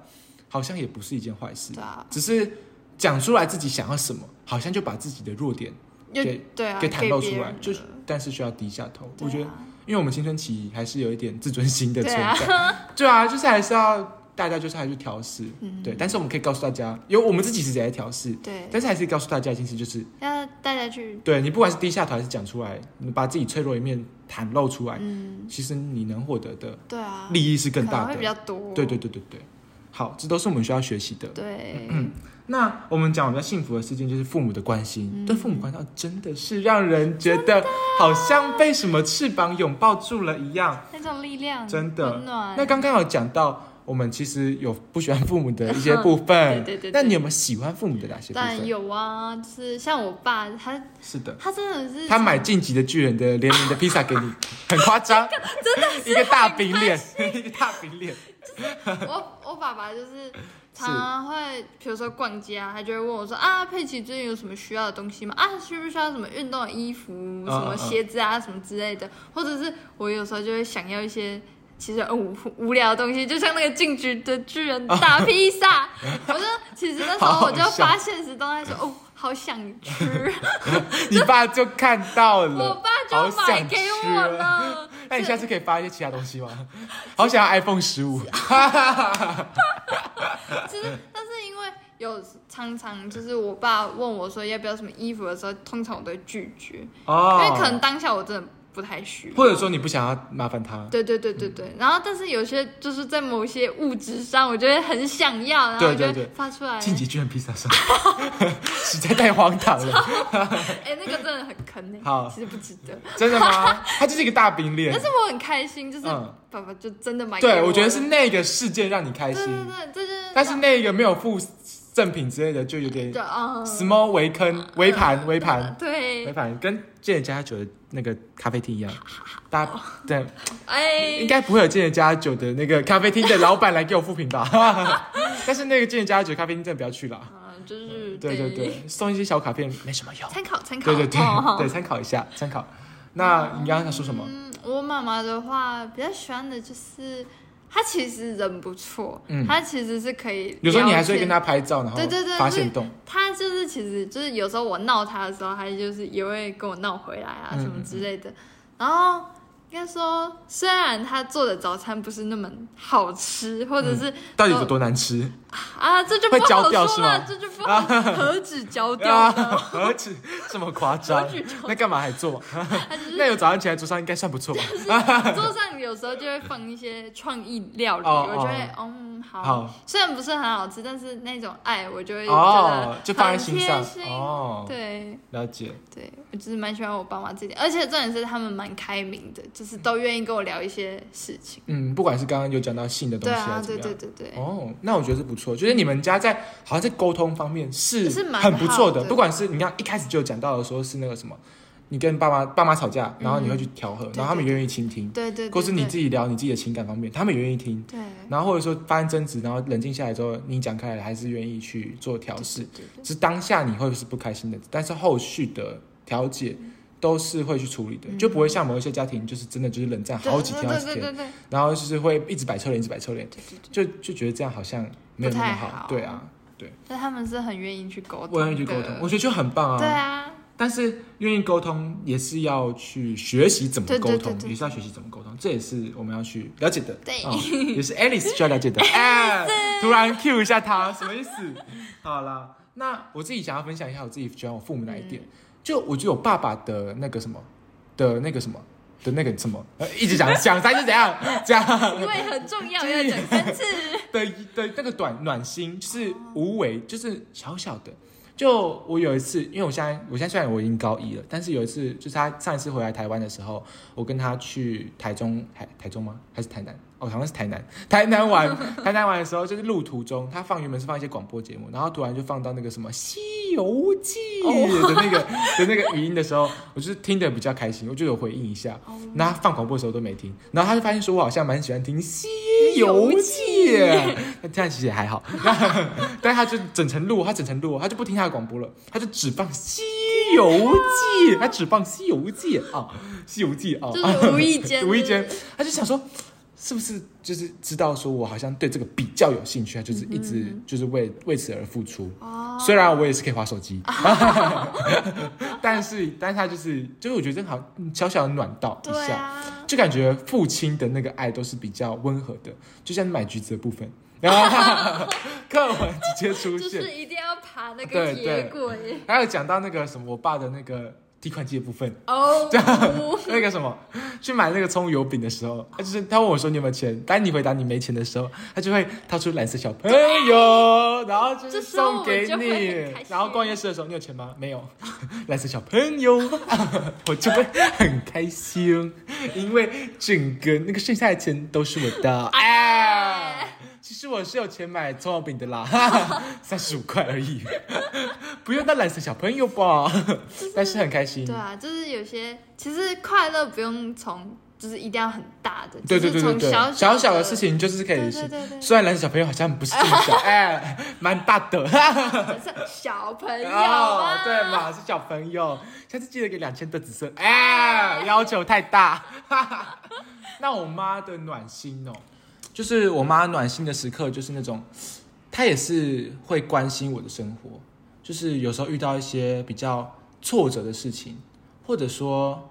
Speaker 1: 好像也不是一件坏事
Speaker 2: 对，啊，
Speaker 1: 只是讲出来自己想要什么，好像就把自己的弱点
Speaker 2: 又
Speaker 1: 给
Speaker 2: 对啊，
Speaker 1: 给袒露
Speaker 2: 别
Speaker 1: 出来，
Speaker 2: 人
Speaker 1: 就是
Speaker 2: 了
Speaker 1: 但是需要低下头。
Speaker 2: 对
Speaker 1: 我觉得
Speaker 2: 啊
Speaker 1: 因为我们青春期还是有一点自尊心的存
Speaker 2: 对
Speaker 1: 在，
Speaker 2: 啊
Speaker 1: (laughs) 对啊，就是还是要大家就是还是调试，
Speaker 2: 嗯
Speaker 1: 对。但是我们可以告诉大家，有我们自己其实也在调试，
Speaker 2: 对，
Speaker 1: 但是还是告诉大家一件事，就是
Speaker 2: 要大家去
Speaker 1: 对你不管是低下头还是讲出来，你把自己脆弱一面袒露出来，
Speaker 2: 嗯，
Speaker 1: 其实你能获得的
Speaker 2: 对啊，
Speaker 1: 利益是更
Speaker 2: 可能
Speaker 1: 大
Speaker 2: 会
Speaker 1: 的
Speaker 2: 比。较多，
Speaker 1: 对对对对对，好，这都是我们需要学习的。
Speaker 2: 对，
Speaker 1: 嗯那我们讲比较幸福的事情，就是父母的关心，
Speaker 2: 嗯
Speaker 1: 对父母关照真的是让人觉得好像被什么翅膀拥抱住了一样。
Speaker 2: 那种力量
Speaker 1: 真的
Speaker 2: 温暖，
Speaker 1: 那刚刚有讲到，我们其实有不喜欢父母的一些部分，
Speaker 2: (laughs) 对对对对
Speaker 1: 那你有没有喜欢父母的哪些部
Speaker 2: 当然
Speaker 1: 分？
Speaker 2: 有啊，就是像我爸，他
Speaker 1: 是的，
Speaker 2: 他真的是
Speaker 1: 他买《晋级的巨人》的联名的披萨给
Speaker 2: (laughs)
Speaker 1: 你，很夸张，真的一个大饼脸， (laughs) 一个大饼脸，
Speaker 2: 我我爸爸
Speaker 1: (laughs)
Speaker 2: 就是常常会，比如说逛街啊，他就会问我说啊，佩奇最近有什么需要的东西吗？啊，需不需要什么运动的衣服、
Speaker 1: 嗯
Speaker 2: 什么鞋子啊、什么之类的？或者是我有时候就会想要一些。其实很无无聊的东西，就像那个进局的巨人大披萨，我就其实那
Speaker 1: 啊
Speaker 2: 时
Speaker 1: 好
Speaker 2: 候
Speaker 1: 好
Speaker 2: 我就
Speaker 1: 笑
Speaker 2: 发现实动态说，哦，好想
Speaker 1: (laughs)
Speaker 2: 吃，
Speaker 1: 你爸就看到
Speaker 2: 我
Speaker 1: 了。
Speaker 2: 爸
Speaker 1: 好
Speaker 2: 就
Speaker 1: 想
Speaker 2: 买给
Speaker 1: 吃啊
Speaker 2: 我了。 (laughs)
Speaker 1: 那你下次可以发一些其他东西吗？ (laughs) 好想要 iPhone 十五，
Speaker 2: 啊其实，但是因为有常常就是我爸问我说要不要什么衣服的时候，通常我都会拒绝，
Speaker 1: 哦，
Speaker 2: 因为可能当下我真的不太需要。
Speaker 1: 或者说你不想要麻烦他，
Speaker 2: 对对对对对，然后但是有些就是在某些物质上，我觉得很想要，然后
Speaker 1: 对
Speaker 2: 我就
Speaker 1: 对
Speaker 2: 会
Speaker 1: 对
Speaker 2: 发出来。
Speaker 1: 晋级巨人披萨上， (laughs) 实在太荒唐
Speaker 2: (laughs)
Speaker 1: 了，
Speaker 2: 哎、那个真的很坑哎、
Speaker 1: 好
Speaker 2: 其实不值得。
Speaker 1: 真的吗？他就是一个大饼脸
Speaker 2: 但。是我很开心，就是
Speaker 1: 嗯
Speaker 2: 爸爸就真的买给
Speaker 1: 对，
Speaker 2: 我
Speaker 1: 我觉得
Speaker 2: 了
Speaker 1: 是那个事件让你开
Speaker 2: 对对
Speaker 1: 心，
Speaker 2: 对，这就是
Speaker 1: 但是那个没有附赠品之类的，就有点
Speaker 2: 对啊，
Speaker 1: small 围坑、围盘、围盘、围
Speaker 2: 对，
Speaker 1: 盘，跟健人家酒的那个咖啡厅
Speaker 2: (laughs)
Speaker 1: 一样。大家对，
Speaker 2: 哎
Speaker 1: 应，该不会有健人家酒的那个咖啡厅的老板来给我复评吧？
Speaker 2: (laughs)
Speaker 1: 但是那个健人家酒咖啡厅真的不要去了。
Speaker 2: 嗯，就是
Speaker 1: 对对对，送一些小卡片没什么用。
Speaker 2: 参考参考，
Speaker 1: 对对对
Speaker 2: 哦
Speaker 1: 对，参考一下，参考。那你刚刚想说什么？
Speaker 2: 嗯，我妈妈的话比较喜欢的就是，她其实人不错，
Speaker 1: 嗯
Speaker 2: 她其实是可以。
Speaker 1: 有时候你还是会跟。他拍照，然后
Speaker 2: 对对对
Speaker 1: 发
Speaker 2: 所以
Speaker 1: 现动。
Speaker 2: 她就是其实就是有时候我闹她的时候，她就是也会跟我闹回来啊
Speaker 1: 嗯
Speaker 2: 什么之类的。然后应该说，虽然她做的早餐不是那么好吃，或者是、
Speaker 1: 到底有多难吃？
Speaker 2: 啊这就
Speaker 1: 嗯会
Speaker 2: 不
Speaker 1: 焦
Speaker 2: 好
Speaker 1: 掉是
Speaker 2: 说
Speaker 1: 吗啊
Speaker 2: 了，这就不好，何止焦掉呢？
Speaker 1: (laughs) 何止这么夸张
Speaker 2: 哦何止这么？
Speaker 1: 那干嘛还做？那有早上起来桌上应该算不错吧？
Speaker 2: 桌上有时候就会放一些创意料理，
Speaker 1: 哦
Speaker 2: 我就会
Speaker 1: 哦
Speaker 2: 嗯好
Speaker 1: 好
Speaker 2: 虽然不是很好吃，但是那种爱我就会觉
Speaker 1: 哦
Speaker 2: 得，
Speaker 1: 就放在
Speaker 2: 很
Speaker 1: 心
Speaker 2: 贴
Speaker 1: 上
Speaker 2: 心。
Speaker 1: 哦。
Speaker 2: 对
Speaker 1: 了解，
Speaker 2: 对，我就是蛮喜欢我爸妈这点，而且重点是他们蛮开明的，就是都愿意跟我聊一些事情。
Speaker 1: 嗯，不管是刚刚有讲到性的东
Speaker 2: 对
Speaker 1: 西
Speaker 2: 啊
Speaker 1: 还，是
Speaker 2: 对
Speaker 1: 怎么
Speaker 2: 对
Speaker 1: 样，
Speaker 2: 对对，
Speaker 1: 哦，那我觉得是不错，就是你们家在好像在沟通方面是
Speaker 2: 是蛮
Speaker 1: 很不错
Speaker 2: 好
Speaker 1: 的，
Speaker 2: 的
Speaker 1: 不管是你看一开始就有讲到的说是那个什么，你跟爸妈爸妈吵架，然后你会去调和，
Speaker 2: 嗯对
Speaker 1: 然后他们
Speaker 2: 对
Speaker 1: 愿意倾听，
Speaker 2: 对对对，
Speaker 1: 或是你
Speaker 2: 对
Speaker 1: 自己聊你自己的情感方面，他们也愿意听，
Speaker 2: 对
Speaker 1: 然后或者说发生争执，然后冷静下来之后，你讲开来还是愿意去做调试。
Speaker 2: 对对
Speaker 1: 是当下你会是不开心的，但是后续的调解都是会去处理的，就不会像某一些家庭就是真的就是冷战
Speaker 2: 对
Speaker 1: 好几天好
Speaker 2: 嗯对
Speaker 1: 几
Speaker 2: 对对
Speaker 1: 天，
Speaker 2: 对对
Speaker 1: 然后就是会一直摆臭脸，一直摆臭脸，
Speaker 2: 对对对，
Speaker 1: 就就觉得这样好像没有那么
Speaker 2: 不太好
Speaker 1: 对啊，
Speaker 2: 但他们是很愿意去沟通，
Speaker 1: 我愿意去沟通，我。觉得就很棒啊。
Speaker 2: 对啊，
Speaker 1: 但是愿意沟通也是要去学习怎么
Speaker 2: 对
Speaker 1: 沟
Speaker 2: 对
Speaker 1: 通
Speaker 2: 对，对
Speaker 1: 也是要学习怎么沟通，这也是我们要去了解的。
Speaker 2: 对
Speaker 1: 哦也是 Alice 需要了解
Speaker 2: (laughs)
Speaker 1: 的。哎，突然 cue 一下她，什么意思？好啦，那我自己想要分享一下我自己喜欢我父母哪一
Speaker 2: 嗯
Speaker 1: 点，就我觉得我爸爸的那个什么的那个什么的那个什么，呃一直讲讲三是怎样讲
Speaker 2: 因为很重要，
Speaker 1: 就
Speaker 2: 要
Speaker 1: 是
Speaker 2: 讲三次。
Speaker 1: 的的那个短暖心，就是无为，就是小小的。就我有一次，因为我现在我现在虽然我已经高一了，但是有一次就是他上一次回来台湾的时候，我跟他去台中，台台中吗？还是台南？哦，好像是台南， (laughs) 台南
Speaker 2: (laughs)
Speaker 1: 玩，台南玩的时候，就是路途中，他放原本是放一些广播节目，然后突然就放到那个什么《西游记》
Speaker 2: 哦
Speaker 1: 的那个、的那个语音的时候，我就是听得比较开心，我就有回应一下。
Speaker 2: 哦
Speaker 1: 那他放广播的时候都没听，然后他就发现说我好像蛮喜欢听《西游
Speaker 2: 游
Speaker 1: 记》
Speaker 2: 记
Speaker 1: (laughs) 那这样其实也还好，但他就整层录，他整层录，他就不听他的广播了，他就只放《西游记》，他只放《西游记》啊，《西游记》啊，
Speaker 2: 就是无意间
Speaker 1: 无意间，他就想说，是不是就是知道说我好像对这个比较有兴趣，他就是一
Speaker 2: 嗯
Speaker 1: 直就是为为此而付出。
Speaker 2: 哦，
Speaker 1: 虽然我也是可以划手
Speaker 2: (laughs)
Speaker 1: 机， (laughs) 但是但是他就是就是我觉得这个好像嗯小小的暖到一
Speaker 2: 对
Speaker 1: 下，
Speaker 2: 啊，
Speaker 1: 就感觉父亲的那个爱都是比较温和的，就像买橘子的部
Speaker 2: (laughs)
Speaker 1: 分，然后 (laughs) 课文直接出
Speaker 2: 就
Speaker 1: 现
Speaker 2: 是。一定要爬
Speaker 1: 对
Speaker 2: 那个
Speaker 1: 对
Speaker 2: 铁轨
Speaker 1: 还有讲到那个什么，我爸的那个提款机的部分，
Speaker 2: 哦，
Speaker 1: 那个什么，去买那个葱油饼的时候，他就是他问我说你有没有钱，当你回答你没钱的时候，他就会掏出蓝色小朋友，然后就是
Speaker 2: 哎这时候
Speaker 1: 送
Speaker 2: 我
Speaker 1: 给
Speaker 2: 就会很
Speaker 1: 你
Speaker 2: 开。心
Speaker 1: 然后逛夜市的时候，你有钱吗？没有，蓝色小朋友， (laughs) 我就会很开心，因为整个那个剩下的钱都是我的。哎
Speaker 2: 哎，
Speaker 1: 其实我是有钱买葱油饼的啦， (laughs) 三十五块而已， (laughs) 不用当蓝色小朋友吧？但是很开心。
Speaker 2: (laughs) 对啊，就是有些其实快乐不用从，就是一定要很大的，
Speaker 1: 对对对
Speaker 2: 就是
Speaker 1: 对
Speaker 2: 从
Speaker 1: 对，
Speaker 2: 小
Speaker 1: 小
Speaker 2: 小
Speaker 1: 的事，情就是可以
Speaker 2: 对
Speaker 1: 是
Speaker 2: 对，对对，
Speaker 1: 虽然蓝色小朋友好像不是这么小，哎，蛮大的， (laughs)
Speaker 2: 是 (laughs) 小朋友
Speaker 1: 哦
Speaker 2: 啊，，
Speaker 1: 对嘛，是小朋友，下次记得给两千的紫色，哎，要求太大。 (laughs) 那我妈的暖心哦，就是我妈暖心的时刻，就是那种她也是会关心我的生活，就是有时候遇到一些比较挫折的事情，或者说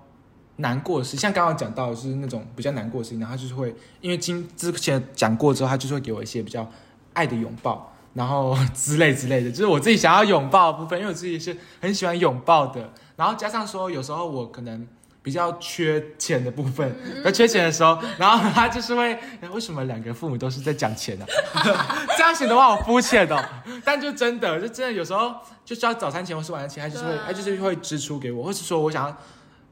Speaker 1: 难过的事，像刚刚讲到的就是那种比较难过的事情，然后她就是会因为今之前讲过之后，她就是会给我一些比较爱的拥抱，然后之类之类的，就是 (laughs) 我自己想要拥抱的部分，因为我自己是很喜欢拥抱的，然后加上说有时候我可能。比较缺钱的部分，那缺钱的时候，然后她就是会，哎为什么两个父母都是在讲钱呢、 (laughs) 这样显得我好肤浅哦。但就真的，就真的有时候就需要早餐钱或是晚餐钱，他就是会
Speaker 2: 对啊
Speaker 1: 他就是会支出给我，或是说我想要，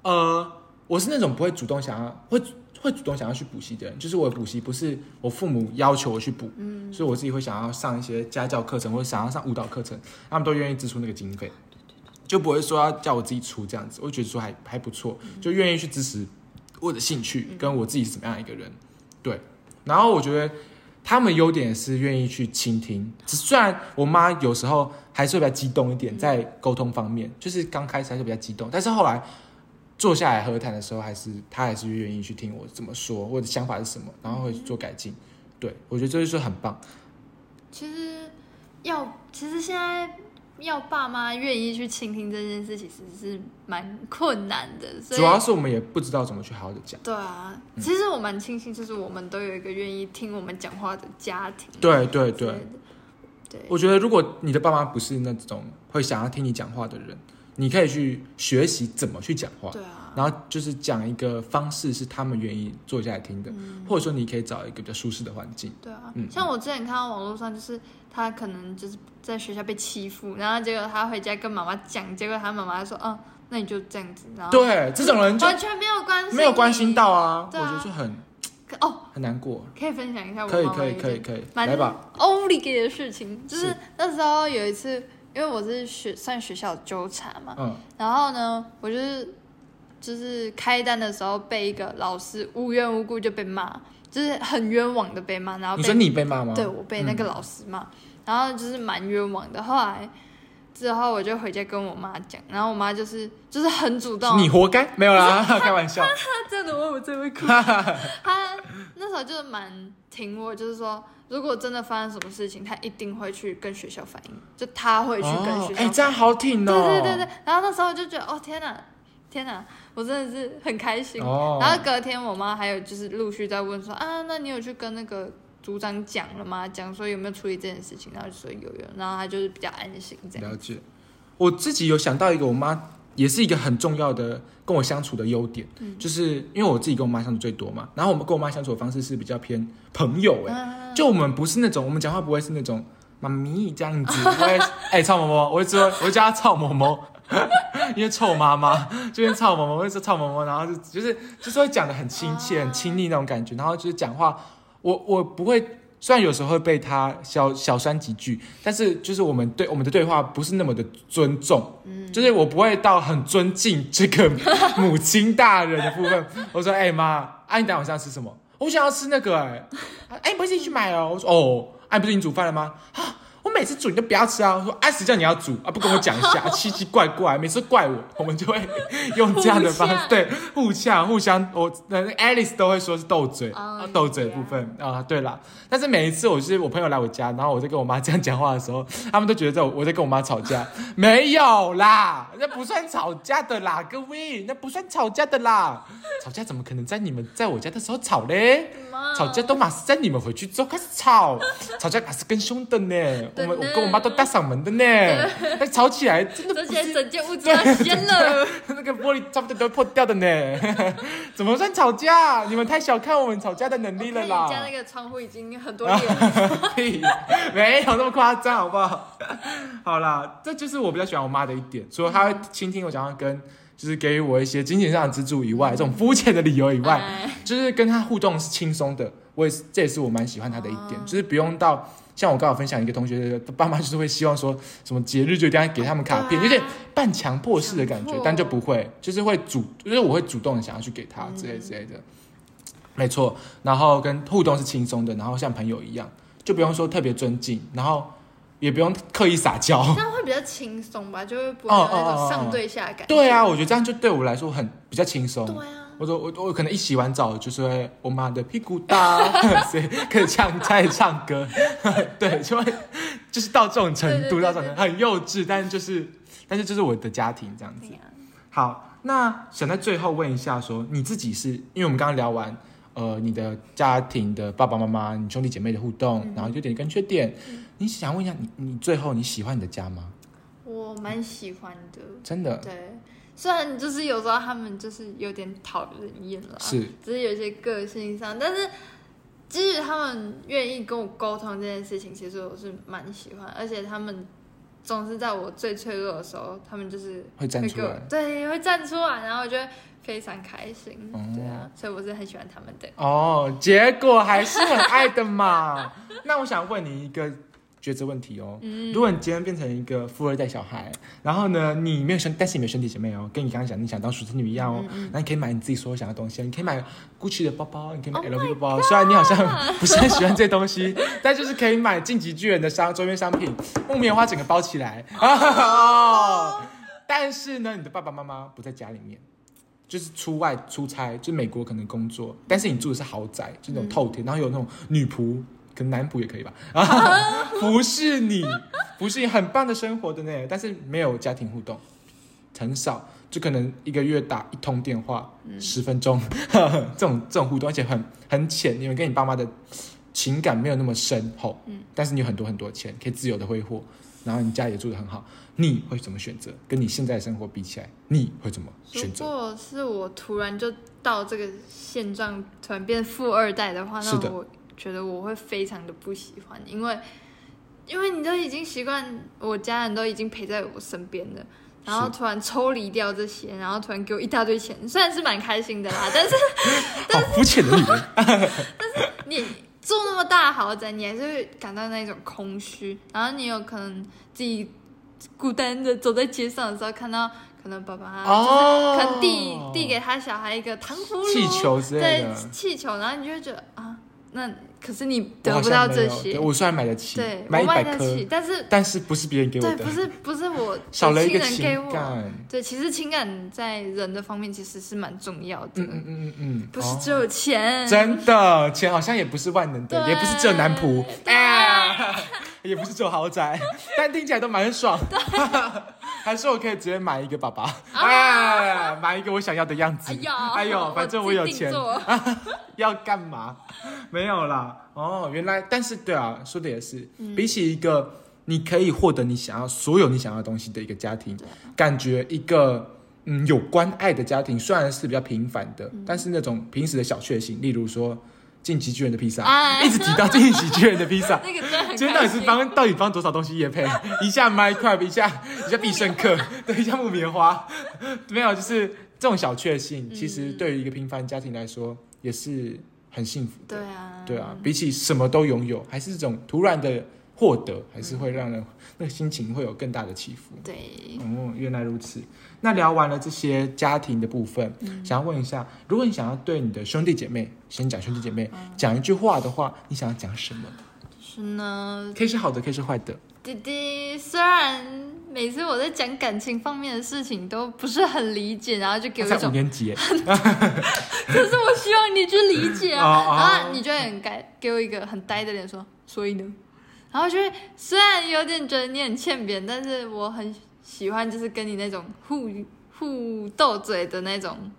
Speaker 1: 呃，我是那种不会主动想要会。会主动想要去补习的人，就是我的补习不是我父母要求我去补，所以我自己会想要上一些家教课程或者想要上舞蹈课程，他们都愿意支出那个经费，就不会说要叫我自己出这样子，我就觉得说还还不错，就愿意去支持我的兴趣跟我自己是怎么样一个人，对。然后我觉得他们优点是愿意去倾听，只虽然我妈有时候还是会比较激动一点，在沟通方面，就是刚开始还是比较激动，但是后来坐下来和谈的时候，还是她还是愿意去听我怎么说，我的想法是什么，然后会做改进。对，我觉得这就是很棒。
Speaker 2: 其实要，其实现在要爸妈愿意去倾听这件事，其实是蛮困难的。所以
Speaker 1: 主要是我嗯们也不知道怎么去好好的讲。
Speaker 2: 对啊，其实我蛮庆幸，就是我们都有一个愿意听我们讲话的家庭。
Speaker 1: 对对
Speaker 2: 之类
Speaker 1: 对
Speaker 2: 的，，对，
Speaker 1: 我觉得如果你的爸妈不是那种会想要听你讲话的人，你可以去学习怎么去讲话。
Speaker 2: 对啊，
Speaker 1: 然后就是讲一个方式是他们愿意坐下来听
Speaker 2: 嗯
Speaker 1: 的，或者说你可以找一个比较舒适的环境。
Speaker 2: 对啊。
Speaker 1: 嗯
Speaker 2: 像我之前看到网络上，就是他可能就是在学校被欺负，然后结果他回家跟妈妈讲，结果他妈妈说：“哦，那你就这样子。”然后
Speaker 1: 对，这种人就
Speaker 2: 完全没有关心，
Speaker 1: 没有关心。到啊，
Speaker 2: 对啊
Speaker 1: 我觉得就很
Speaker 2: 可哦，
Speaker 1: 很难过。
Speaker 2: 可以分享一下我
Speaker 1: 可以
Speaker 2: 妈妈
Speaker 1: 可以
Speaker 2: 有一
Speaker 1: 可以
Speaker 2: 件
Speaker 1: 可以，
Speaker 2: 蛮
Speaker 1: 来吧。
Speaker 2: 欧里给的事情，就是是那时候有一次，因为我是学算学校纠察嘛，
Speaker 1: 嗯，
Speaker 2: 然后呢，我就是就是开单的时候被一个老师无缘无故就被骂，就是很冤枉的被骂，然后
Speaker 1: 你
Speaker 2: 被
Speaker 1: 说你被骂吗？嗯
Speaker 2: 对我被那个老师骂，然后就是蛮冤枉的。后来之后我就回家跟我妈讲，然后我妈就是就是很主动，
Speaker 1: 你活该，没有
Speaker 2: (laughs)
Speaker 1: 啦，开玩笑。
Speaker 2: 他真的为我这位
Speaker 1: (laughs)
Speaker 2: 哭。他那时候就是蛮挺我，就是说，如果真的发生什么事情，他一定会去跟学校反映，就他会去跟
Speaker 1: 哦
Speaker 2: 学，校。
Speaker 1: 哎，这样好挺哦。
Speaker 2: 对对对对。然后那时候我就觉得，哦天哪，天哪，我真的是很开心。
Speaker 1: 哦
Speaker 2: 然后隔天我妈还有就是陆续在问说，啊，那你有去跟那个组长讲了吗？讲说有没有处理这件事情？然后就说有有，然后他就是比较安心这样。
Speaker 1: 了解。我自己有想到一个，我妈也是一个很重要的跟我相处的优点，
Speaker 2: 嗯
Speaker 1: 就是因为我自己跟我妈相处最多嘛，然后我们跟我妈相处的方式是比较偏朋友哎、就我们不是那种我们讲话不会是那种妈咪这样子，我会 (laughs) 哎臭嬷嬷，我会说我会叫她臭嬷嬷。 (laughs) 因为臭妈妈就是臭嬷嬷，我会说臭嬷嬷，然后就就是就是会讲的很亲切、很亲昵那种感觉，然后就是讲话我我不会，虽然有时候会被他小小酸几句，但是就是我们对我们的对话不是那么的尊重，嗯，就是我不会到很尊敬这个 (laughs) 母亲大人的部分。我说，哎、妈，啊，你等下晚上要吃什么？我想要吃那个、哎哎，哎，你不是一起去买哦？我说，哦，哎、啊，不是你煮饭了吗？啊，我每次煮你都不要吃啊！我说，啊，谁叫你要煮啊？不跟我讲一下，啊 (laughs) 奇奇怪怪，每次怪我， (laughs) 我们就会用这样的方式
Speaker 2: 互，呛
Speaker 1: 对，互呛，互相，我那那 Alice 都会说是斗嘴，
Speaker 2: 哦
Speaker 1: 啊斗嘴的部分啊、对啦。但是每一次我是我朋友来我家，然后我在跟我妈这样讲话的时候， (laughs) 他们都觉得在我我在跟我妈吵架， (laughs) 没有啦，那不算吵架的啦，各位，那不算吵架的啦，吵架怎么可能在你们在我家的时候吵嘞？
Speaker 2: 妈
Speaker 1: 吵架都嘛是在你们回去之后开始吵，吵架可是更凶的呢，我
Speaker 2: 对
Speaker 1: 们我
Speaker 2: 呢
Speaker 1: 跟我妈都大嗓门的 (laughs) 呢，那吵起来真的
Speaker 2: 而
Speaker 1: 不
Speaker 2: 且
Speaker 1: 是
Speaker 2: 整间屋子要掀了。
Speaker 1: (laughs) 那个玻璃差不多都会破掉的呢， (laughs) 怎么算吵架？你们太小看我们吵架的能力了啦
Speaker 2: 你。家那个窗户已经很多年了，
Speaker 1: 屁，没有那么夸张，好不好？好啦，这就是我比较喜欢我妈的一点，除了她会倾听我讲话，跟就是给予我一些金钱上的资助以外，这种肤浅的理由以外，
Speaker 2: 哎
Speaker 1: 就是跟她互动是轻松的。我也是，这也是我蛮喜欢她的一点，就是不用到像我刚好分享一个同学的爸妈，就是会希望说什么节日就一定要给他们卡片，
Speaker 2: 对
Speaker 1: 有
Speaker 2: 啊
Speaker 1: 点半强迫式的感觉
Speaker 2: 强，迫
Speaker 1: 但就不会，就是会主，就是我会主动的想要去给
Speaker 2: 嗯
Speaker 1: 他之类之类的。没错，然后跟互动是轻松的，然后像朋友一样，就不用说特别尊敬，然后也不用刻意撒娇。 (laughs)
Speaker 2: 这样会比较轻松吧，就会不会有那种上对下的感觉。
Speaker 1: 对啊，，我觉得这样就对我来说很比较轻松。
Speaker 2: 对啊，
Speaker 1: 我说我我可能一洗完澡就是会我妈的屁股大， (laughs) 所以可以唱开始唱歌， (laughs) 对，就会就是到这种程度，
Speaker 2: 对对对
Speaker 1: 到这种程度很幼稚，但是就是但是就是我的家庭这样子
Speaker 2: 对。呀
Speaker 1: 好，那想在最后问一下说你自己是因为我们刚刚聊完，呃，你的家庭的爸爸妈妈、你兄弟姐妹的互动，然后优点跟缺点，你想问一下，你你最后你喜欢你的家吗？
Speaker 2: 我蛮喜欢的。
Speaker 1: 真的
Speaker 2: 对，虽然就是有时候他们就是有点讨人厌了，
Speaker 1: 是
Speaker 2: 只是有一些个性上，但是即使他们愿意跟我沟通这件事情，其实我是蛮喜欢，而且他们总是在我最脆弱的时候，他们就是
Speaker 1: 会站
Speaker 2: 会
Speaker 1: 出
Speaker 2: 给我
Speaker 1: 来
Speaker 2: 对，会站出来，然后我就会非常开心，
Speaker 1: 哦
Speaker 2: 对啊，所以我是很喜欢他们的。
Speaker 1: 哦，结果还是很爱的嘛。 (laughs) 那我想问你一个抉择问题哦，
Speaker 2: 嗯
Speaker 1: 如果你今天变成一个富二代小孩，然后呢，你没有兄，但是你没有兄弟姐妹哦，跟你刚刚讲你想当淑贞女一样哦，
Speaker 2: 嗯
Speaker 1: 那你可以买你自己所有想要的东西，你可以买 GUCCI 的包包，你可以买
Speaker 2: Oh
Speaker 1: LV 的包包，虽然你好像 (laughs) 不是很喜欢这些东西，但就是可以买晋级巨人的商周边商品，木棉花整个包起来 (laughs) 哦。但是呢，你的爸爸妈妈不在家里面。就是出外出差，就美国可能工作，但是你住的是豪宅，就那种透天，然后有那种女仆，可能男仆也可以吧，啊，服侍你，服侍你很棒的生活的呢，但是没有家庭互动，很少，就可能一个月打一通电话，十、分钟， (laughs) 这种这种互动，而且很很浅，你们跟你爸妈的情感没有那么深厚，嗯，但是你有很多很多钱，可以自由的挥霍，然后你家也住得很好，你会怎么选择？跟你现在的生活比起来，你会怎么
Speaker 2: 如
Speaker 1: 选择？
Speaker 2: 果是我突然就到这个现状，突然变富二代的话，
Speaker 1: 是的
Speaker 2: 那我觉得我会非常的不喜欢，因为因为你都已经习惯我家人都已经陪在我身边了，然后
Speaker 1: 是
Speaker 2: 突然抽离掉这些，然后突然给我一大堆钱，虽然是蛮开心
Speaker 1: (laughs)
Speaker 2: 的啦，但是啊
Speaker 1: 好哦肤浅
Speaker 2: (laughs)
Speaker 1: 的女人，
Speaker 2: 你住那么大的豪宅，你还是会感到那一种空虚，然后你有可能自己孤单的走在街上的时候，看到可能爸爸
Speaker 1: 哦
Speaker 2: 就是可能递递给他小孩一个糖葫芦、
Speaker 1: 气球之类的
Speaker 2: 对气球，然后你就会觉得啊，那可是你
Speaker 1: 我
Speaker 2: 得
Speaker 1: 好
Speaker 2: 不到
Speaker 1: 像
Speaker 2: 这
Speaker 1: 没有
Speaker 2: 些
Speaker 1: 对，我虽然买得起
Speaker 2: 对，，
Speaker 1: 买
Speaker 2: 我
Speaker 1: 一
Speaker 2: 买
Speaker 1: 百
Speaker 2: 得
Speaker 1: 颗
Speaker 2: 起，，但是
Speaker 1: 但是不是别人给我
Speaker 2: 对，
Speaker 1: 的，
Speaker 2: 不是不是我
Speaker 1: 少了一个
Speaker 2: 亲人给
Speaker 1: 情
Speaker 2: 我，
Speaker 1: 感。
Speaker 2: 对，其实情感在人的方面其实是蛮重要的，
Speaker 1: 嗯嗯嗯嗯嗯，
Speaker 2: 不是
Speaker 1: 哦
Speaker 2: 只有钱，
Speaker 1: 真的，钱好像也不是万能的，
Speaker 2: 对
Speaker 1: 也不是只有男仆，
Speaker 2: 对
Speaker 1: 哎， (laughs) 也不是只有豪宅，但听起来都蛮爽。 (laughs) 还是我可以直接买一个爸爸，哎，买一个我想要的样子
Speaker 2: 啊哎。呦，
Speaker 1: 哎呦，反正我
Speaker 2: 我
Speaker 1: 有
Speaker 2: 自己
Speaker 1: 钱
Speaker 2: 定，做
Speaker 1: (laughs) 要干嘛？没有啦。哦，原来，但是对啊，说的也是，比起一个你可以获得你想要所有你想要的东西的一个家庭，感觉一个嗯有关爱的家庭，虽然是比较平凡的，但是那种平时的小确幸，例如说晋级巨人的披萨，
Speaker 2: 哎，
Speaker 1: 一直提到晋级巨人的披萨
Speaker 2: 那个真的很开心。
Speaker 1: 今天到底是帮到底帮多少东西也配？一下 Minecraft，一下一下必胜客， (laughs) 对，一下木棉花， (laughs) 没有，就是这种小确幸，其实对于一个平凡家庭来说也是很幸福的。
Speaker 2: 对啊，
Speaker 1: 对啊，比起什么都拥有，还是这种突然的获得，还是会让人那个心情会有更大的起伏。
Speaker 2: 对，
Speaker 1: 哦，原来如此。那聊完了这些家庭的部分，
Speaker 2: 嗯
Speaker 1: 想要问一下，如果你想要对你的兄弟姐妹，先讲兄弟姐妹，
Speaker 2: 嗯
Speaker 1: 讲一句话的话，你想要讲什么？
Speaker 2: 就是呢，
Speaker 1: 可以是好的，可以是坏的。
Speaker 2: 弟弟虽然每次我在讲感情方面的事情都不是很理解，然后就给我
Speaker 1: 他
Speaker 2: 一
Speaker 1: 才五
Speaker 2: 种，
Speaker 1: 年级耶，
Speaker 2: 可是我希望你去理解啊，
Speaker 1: 哦哦
Speaker 2: 然后你就会很该给我一个很呆的脸说，所以呢，然后就会虽然有点觉得你很欠扁，但是我很喜欢就是跟你那种互互斗嘴的那种。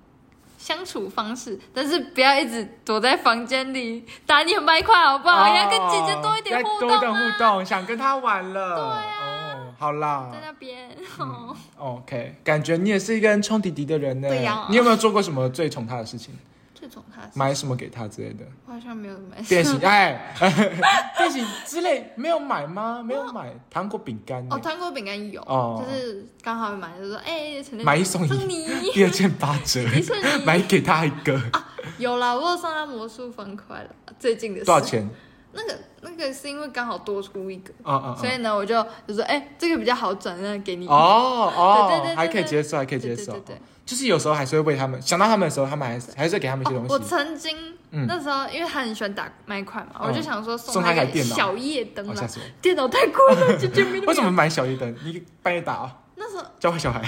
Speaker 2: 相处方式，但是不要一直躲在房间里打你很麦块，好 (laughs) 不好？要跟姐姐多一点
Speaker 1: 哦
Speaker 2: 互
Speaker 1: 要
Speaker 2: 动
Speaker 1: 多一点
Speaker 2: 啊，
Speaker 1: 互动，想跟他玩了。
Speaker 2: 对啊
Speaker 1: 哦，好啦
Speaker 2: 在那边。哦
Speaker 1: ，OK，感觉你也是一个很宠弟弟的人呢。
Speaker 2: 对呀
Speaker 1: 你有没有做过什么最宠他的事情？
Speaker 2: 这种他是
Speaker 1: 买什么给他之类的？
Speaker 2: 我好像没有买。
Speaker 1: 变形哎，
Speaker 2: (laughs)
Speaker 1: 变形之类没有买吗？没有买糖果饼干呢
Speaker 2: 哦，，糖果饼干有，
Speaker 1: 嗯哦
Speaker 2: 就是刚好买，就说哎，陈、欸、
Speaker 1: 买一送一
Speaker 2: 送你
Speaker 1: 第二件八
Speaker 2: (laughs)
Speaker 1: 折，
Speaker 2: 一送你
Speaker 1: (laughs) 买给他一个，
Speaker 2: 啊有啦，我有送他魔术方块了，最近的事
Speaker 1: 多少？钱？
Speaker 2: 那个那个是因为刚好多出一个，
Speaker 1: 啊啊
Speaker 2: 所以呢，我就就说哎、这个比较好转，那给你。
Speaker 1: 哦
Speaker 2: 对对对
Speaker 1: 哦
Speaker 2: 对，
Speaker 1: 还可以接受，还可以接
Speaker 2: 对对
Speaker 1: 受
Speaker 2: 对。对，
Speaker 1: 就是有时候还是会为他们想到他们的时候，他们还是还是会给他们一些
Speaker 2: 哦
Speaker 1: 东，西。
Speaker 2: 我曾经、
Speaker 1: 嗯
Speaker 2: 那时候，因为他很喜欢打麦块嘛，
Speaker 1: 嗯
Speaker 2: 我就想说
Speaker 1: 送他
Speaker 2: 他
Speaker 1: 一台
Speaker 2: 个
Speaker 1: 电脑
Speaker 2: 小夜灯
Speaker 1: 哦，吓
Speaker 2: 啦，
Speaker 1: 死我！
Speaker 2: 电脑太贵了，姐姐没那么
Speaker 1: 为什么买小夜灯？你半夜打啊？
Speaker 2: 那时候
Speaker 1: 教坏小孩？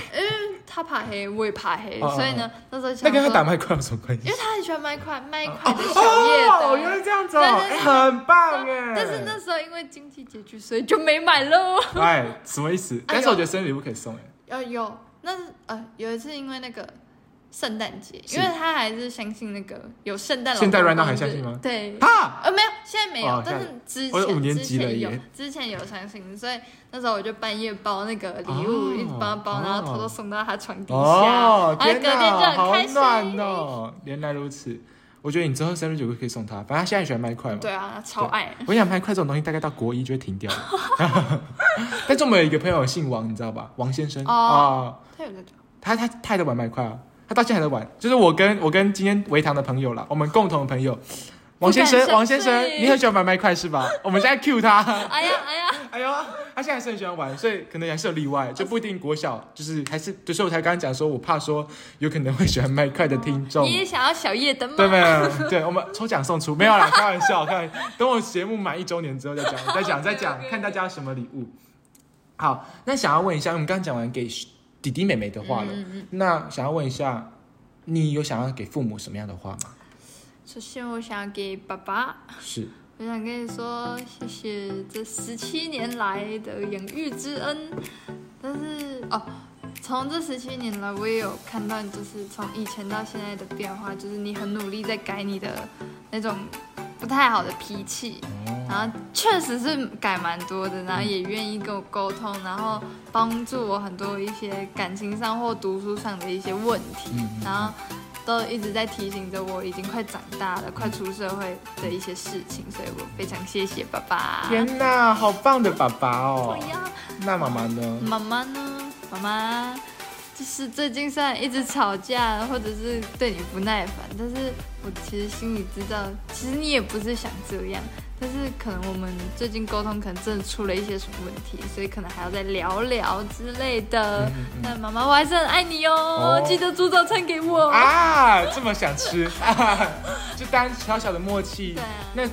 Speaker 2: 他怕黑，我也怕黑，
Speaker 1: 哦哦
Speaker 2: 所以呢，那时候
Speaker 1: 那
Speaker 2: 想
Speaker 1: 跟他
Speaker 2: 说
Speaker 1: 打麦块有什么关 (laughs)
Speaker 2: 因
Speaker 1: 系？
Speaker 2: 为他很喜欢麦块，麦块的小夜灯。
Speaker 1: 哦，原来这样子哦，
Speaker 2: 对对
Speaker 1: 哎
Speaker 2: 对
Speaker 1: 很棒哎！
Speaker 2: 但是那时候因为经济拮据，所以就没买喽。
Speaker 1: 哎，什么意思？但是我觉得生日礼物可以送哎。
Speaker 2: 呃，有，那是呃有一次因为那个圣诞节，
Speaker 1: 是
Speaker 2: 因为他还是相信那个有圣诞老
Speaker 1: 现在
Speaker 2: 公公
Speaker 1: right now 还
Speaker 2: 的
Speaker 1: 相信吗
Speaker 2: 对，
Speaker 1: 啊，
Speaker 2: 呃没有，现在没有，
Speaker 1: 哦
Speaker 2: 但
Speaker 1: 看
Speaker 2: 是之
Speaker 1: 我
Speaker 2: 前
Speaker 1: 五年
Speaker 2: 之
Speaker 1: 级了
Speaker 2: 前有
Speaker 1: 耶
Speaker 2: 之前有相信，所以那时候我就半夜包那个礼物，
Speaker 1: 哦
Speaker 2: 一直帮他包，然后偷偷
Speaker 1: 哦
Speaker 2: 送到他床底下，
Speaker 1: 哦，
Speaker 2: 然后
Speaker 1: 天
Speaker 2: 隔天就
Speaker 1: 哪，
Speaker 2: 很
Speaker 1: 好
Speaker 2: 开心。
Speaker 1: 暖哦！原来如此，我觉得你之后生日酒可以送他，反正他现在喜欢麦块嘛。
Speaker 2: 对啊，超爱。
Speaker 1: 我想麦块这种东西大概到国一就会停掉了。 (laughs) 但是我们有一个朋友姓王，你知道吧？王先生
Speaker 2: 哦
Speaker 1: 啊
Speaker 2: 他有在讲
Speaker 1: 他他他还在玩麦块啊，他到现在还在玩。就是我跟我跟今天维堂的朋友啦，我们共同的朋友。王先
Speaker 2: 不
Speaker 1: 生，
Speaker 2: 敢
Speaker 1: 王先
Speaker 2: 相
Speaker 1: 生，
Speaker 2: 信
Speaker 1: 你很喜欢玩麦块是吧？我们现在 Q 他，
Speaker 2: 哎呀哎呀，
Speaker 1: 哎呦，他现在还是很喜欢玩，所以可能还是有例
Speaker 2: 哦
Speaker 1: 外，就不一定国小，就是还是，所以我才刚刚讲说，我怕说有可能会喜欢麦块的听众
Speaker 2: 你，也想要小夜灯吗？
Speaker 1: 对没有？对，我们抽奖送出，没有啦，开玩笑，开玩笑。等我节目满一周年之后再讲，再讲，再讲，看大家有什么礼物。好，那想要问一下，我们刚刚讲完给弟弟妹妹的话了，
Speaker 2: 嗯嗯嗯
Speaker 1: 那想要问一下，你有想要给父母什么样的话吗？
Speaker 2: 首先，我想给爸爸，
Speaker 1: 是，
Speaker 2: 我想跟你说谢谢这十七年来的养育之恩。但是哦，从这十七年来，我也有看到，就是从以前到现在的变化，就是你很努力在改你的那种不太好的脾气，
Speaker 1: 哦，
Speaker 2: 然后确实是改蛮多的，然后也愿意跟我沟通，然后帮助我很多一些感情上或读书上的一些问题，
Speaker 1: 嗯
Speaker 2: 然后都一直在提醒着我已经快长大了，快出社会的一些事情，所以我非常谢谢爸爸。
Speaker 1: 天哪，好棒的爸爸哦
Speaker 2: 对！呀，
Speaker 1: 那妈妈呢？
Speaker 2: 妈妈呢？妈妈就是最近虽然一直吵架，或者是对你不耐烦，但是我其实心里知道，其实你也不是想这样，但是可能我们最近沟通可能真的出了一些什么问题，所以可能还要再聊聊之类的
Speaker 1: 嗯嗯嗯。
Speaker 2: 那妈妈，我还是很爱你哦
Speaker 1: 哦，
Speaker 2: 记得煮早餐给我。
Speaker 1: 啊，这么想吃， (laughs) 啊、就单小小的默契。
Speaker 2: 对啊
Speaker 1: 那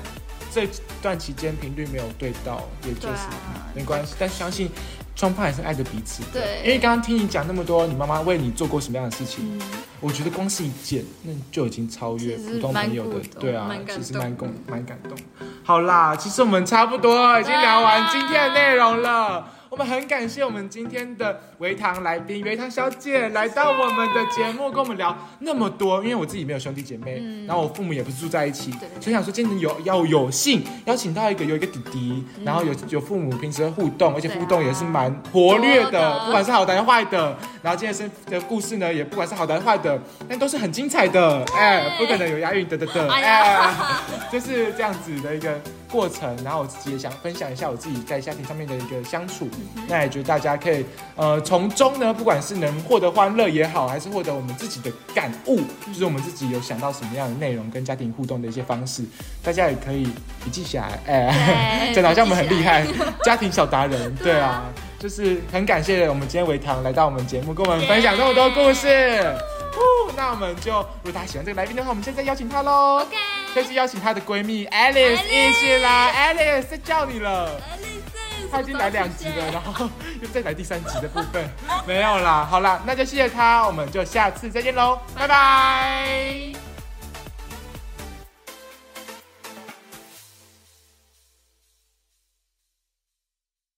Speaker 1: 这段期间频率没有对到，也就
Speaker 2: 对
Speaker 1: 是、
Speaker 2: 啊
Speaker 1: 没关系。但相信双方还是爱着彼此的。
Speaker 2: 对
Speaker 1: 因为刚刚听你讲那么多，你妈妈为你做过什么样的事情，
Speaker 2: 嗯，
Speaker 1: 我觉得光是一件，那就已经超越
Speaker 2: 其实
Speaker 1: 普通朋友
Speaker 2: 蛮
Speaker 1: 的
Speaker 2: 感。动
Speaker 1: 对啊
Speaker 2: 蛮，感
Speaker 1: 其
Speaker 2: 动
Speaker 1: 实蛮感蛮感动。好啦，其实我们差不多已经聊
Speaker 2: 啊
Speaker 1: 完今天的内容了。我们很感谢我们今天的维糖来宾维糖小姐来到我们的节目，跟我们聊那么多。因为我自己没有兄弟姐妹，
Speaker 2: 嗯
Speaker 1: 然后我父母也不是住在一起，
Speaker 2: 对
Speaker 1: 所以想说今天有要有幸邀请到一个有一个弟弟，
Speaker 2: 嗯
Speaker 1: 然后有有父母平时的互动，而且
Speaker 2: 对啊
Speaker 1: 互动也是蛮活跃
Speaker 2: 多
Speaker 1: 的
Speaker 2: 的，
Speaker 1: 不管是好的还是坏的。然后今天生的故事呢，也不管是好的还是坏的，但都是很精彩的，哎，不可能有押韵的的的，
Speaker 2: 哎呀
Speaker 1: 哎，就是这样子的一个过程。然后我自己也想分享一下我自己在家庭上面的一个相处，
Speaker 2: 嗯
Speaker 1: 那也觉得大家可以呃从中呢，不管是能获得欢乐也好，还是获得我们自己的感悟，就是我们自己有想到什么样的内容跟家庭互动的一些方式，大家也可以笔记起来，哎、
Speaker 2: 对
Speaker 1: (laughs) 讲的好像我们很
Speaker 2: 笔记
Speaker 1: 厉
Speaker 2: 起
Speaker 1: 害，家庭小达人，对
Speaker 2: 对
Speaker 1: 啊
Speaker 2: 啊。
Speaker 1: 就是很感谢我们今天维唐来到我们节目，跟我们分享这么多故事。哦，那我们就如果大家喜欢这个来宾的话，我们现在再邀请他喽。
Speaker 2: OK，
Speaker 1: 这次邀请她的闺蜜 Alice 一起来，Alice 在叫你了。她已经来两集了，然后又再来第三集的部分，没有啦。好啦，那就谢谢她，我们就下次再见喽，拜拜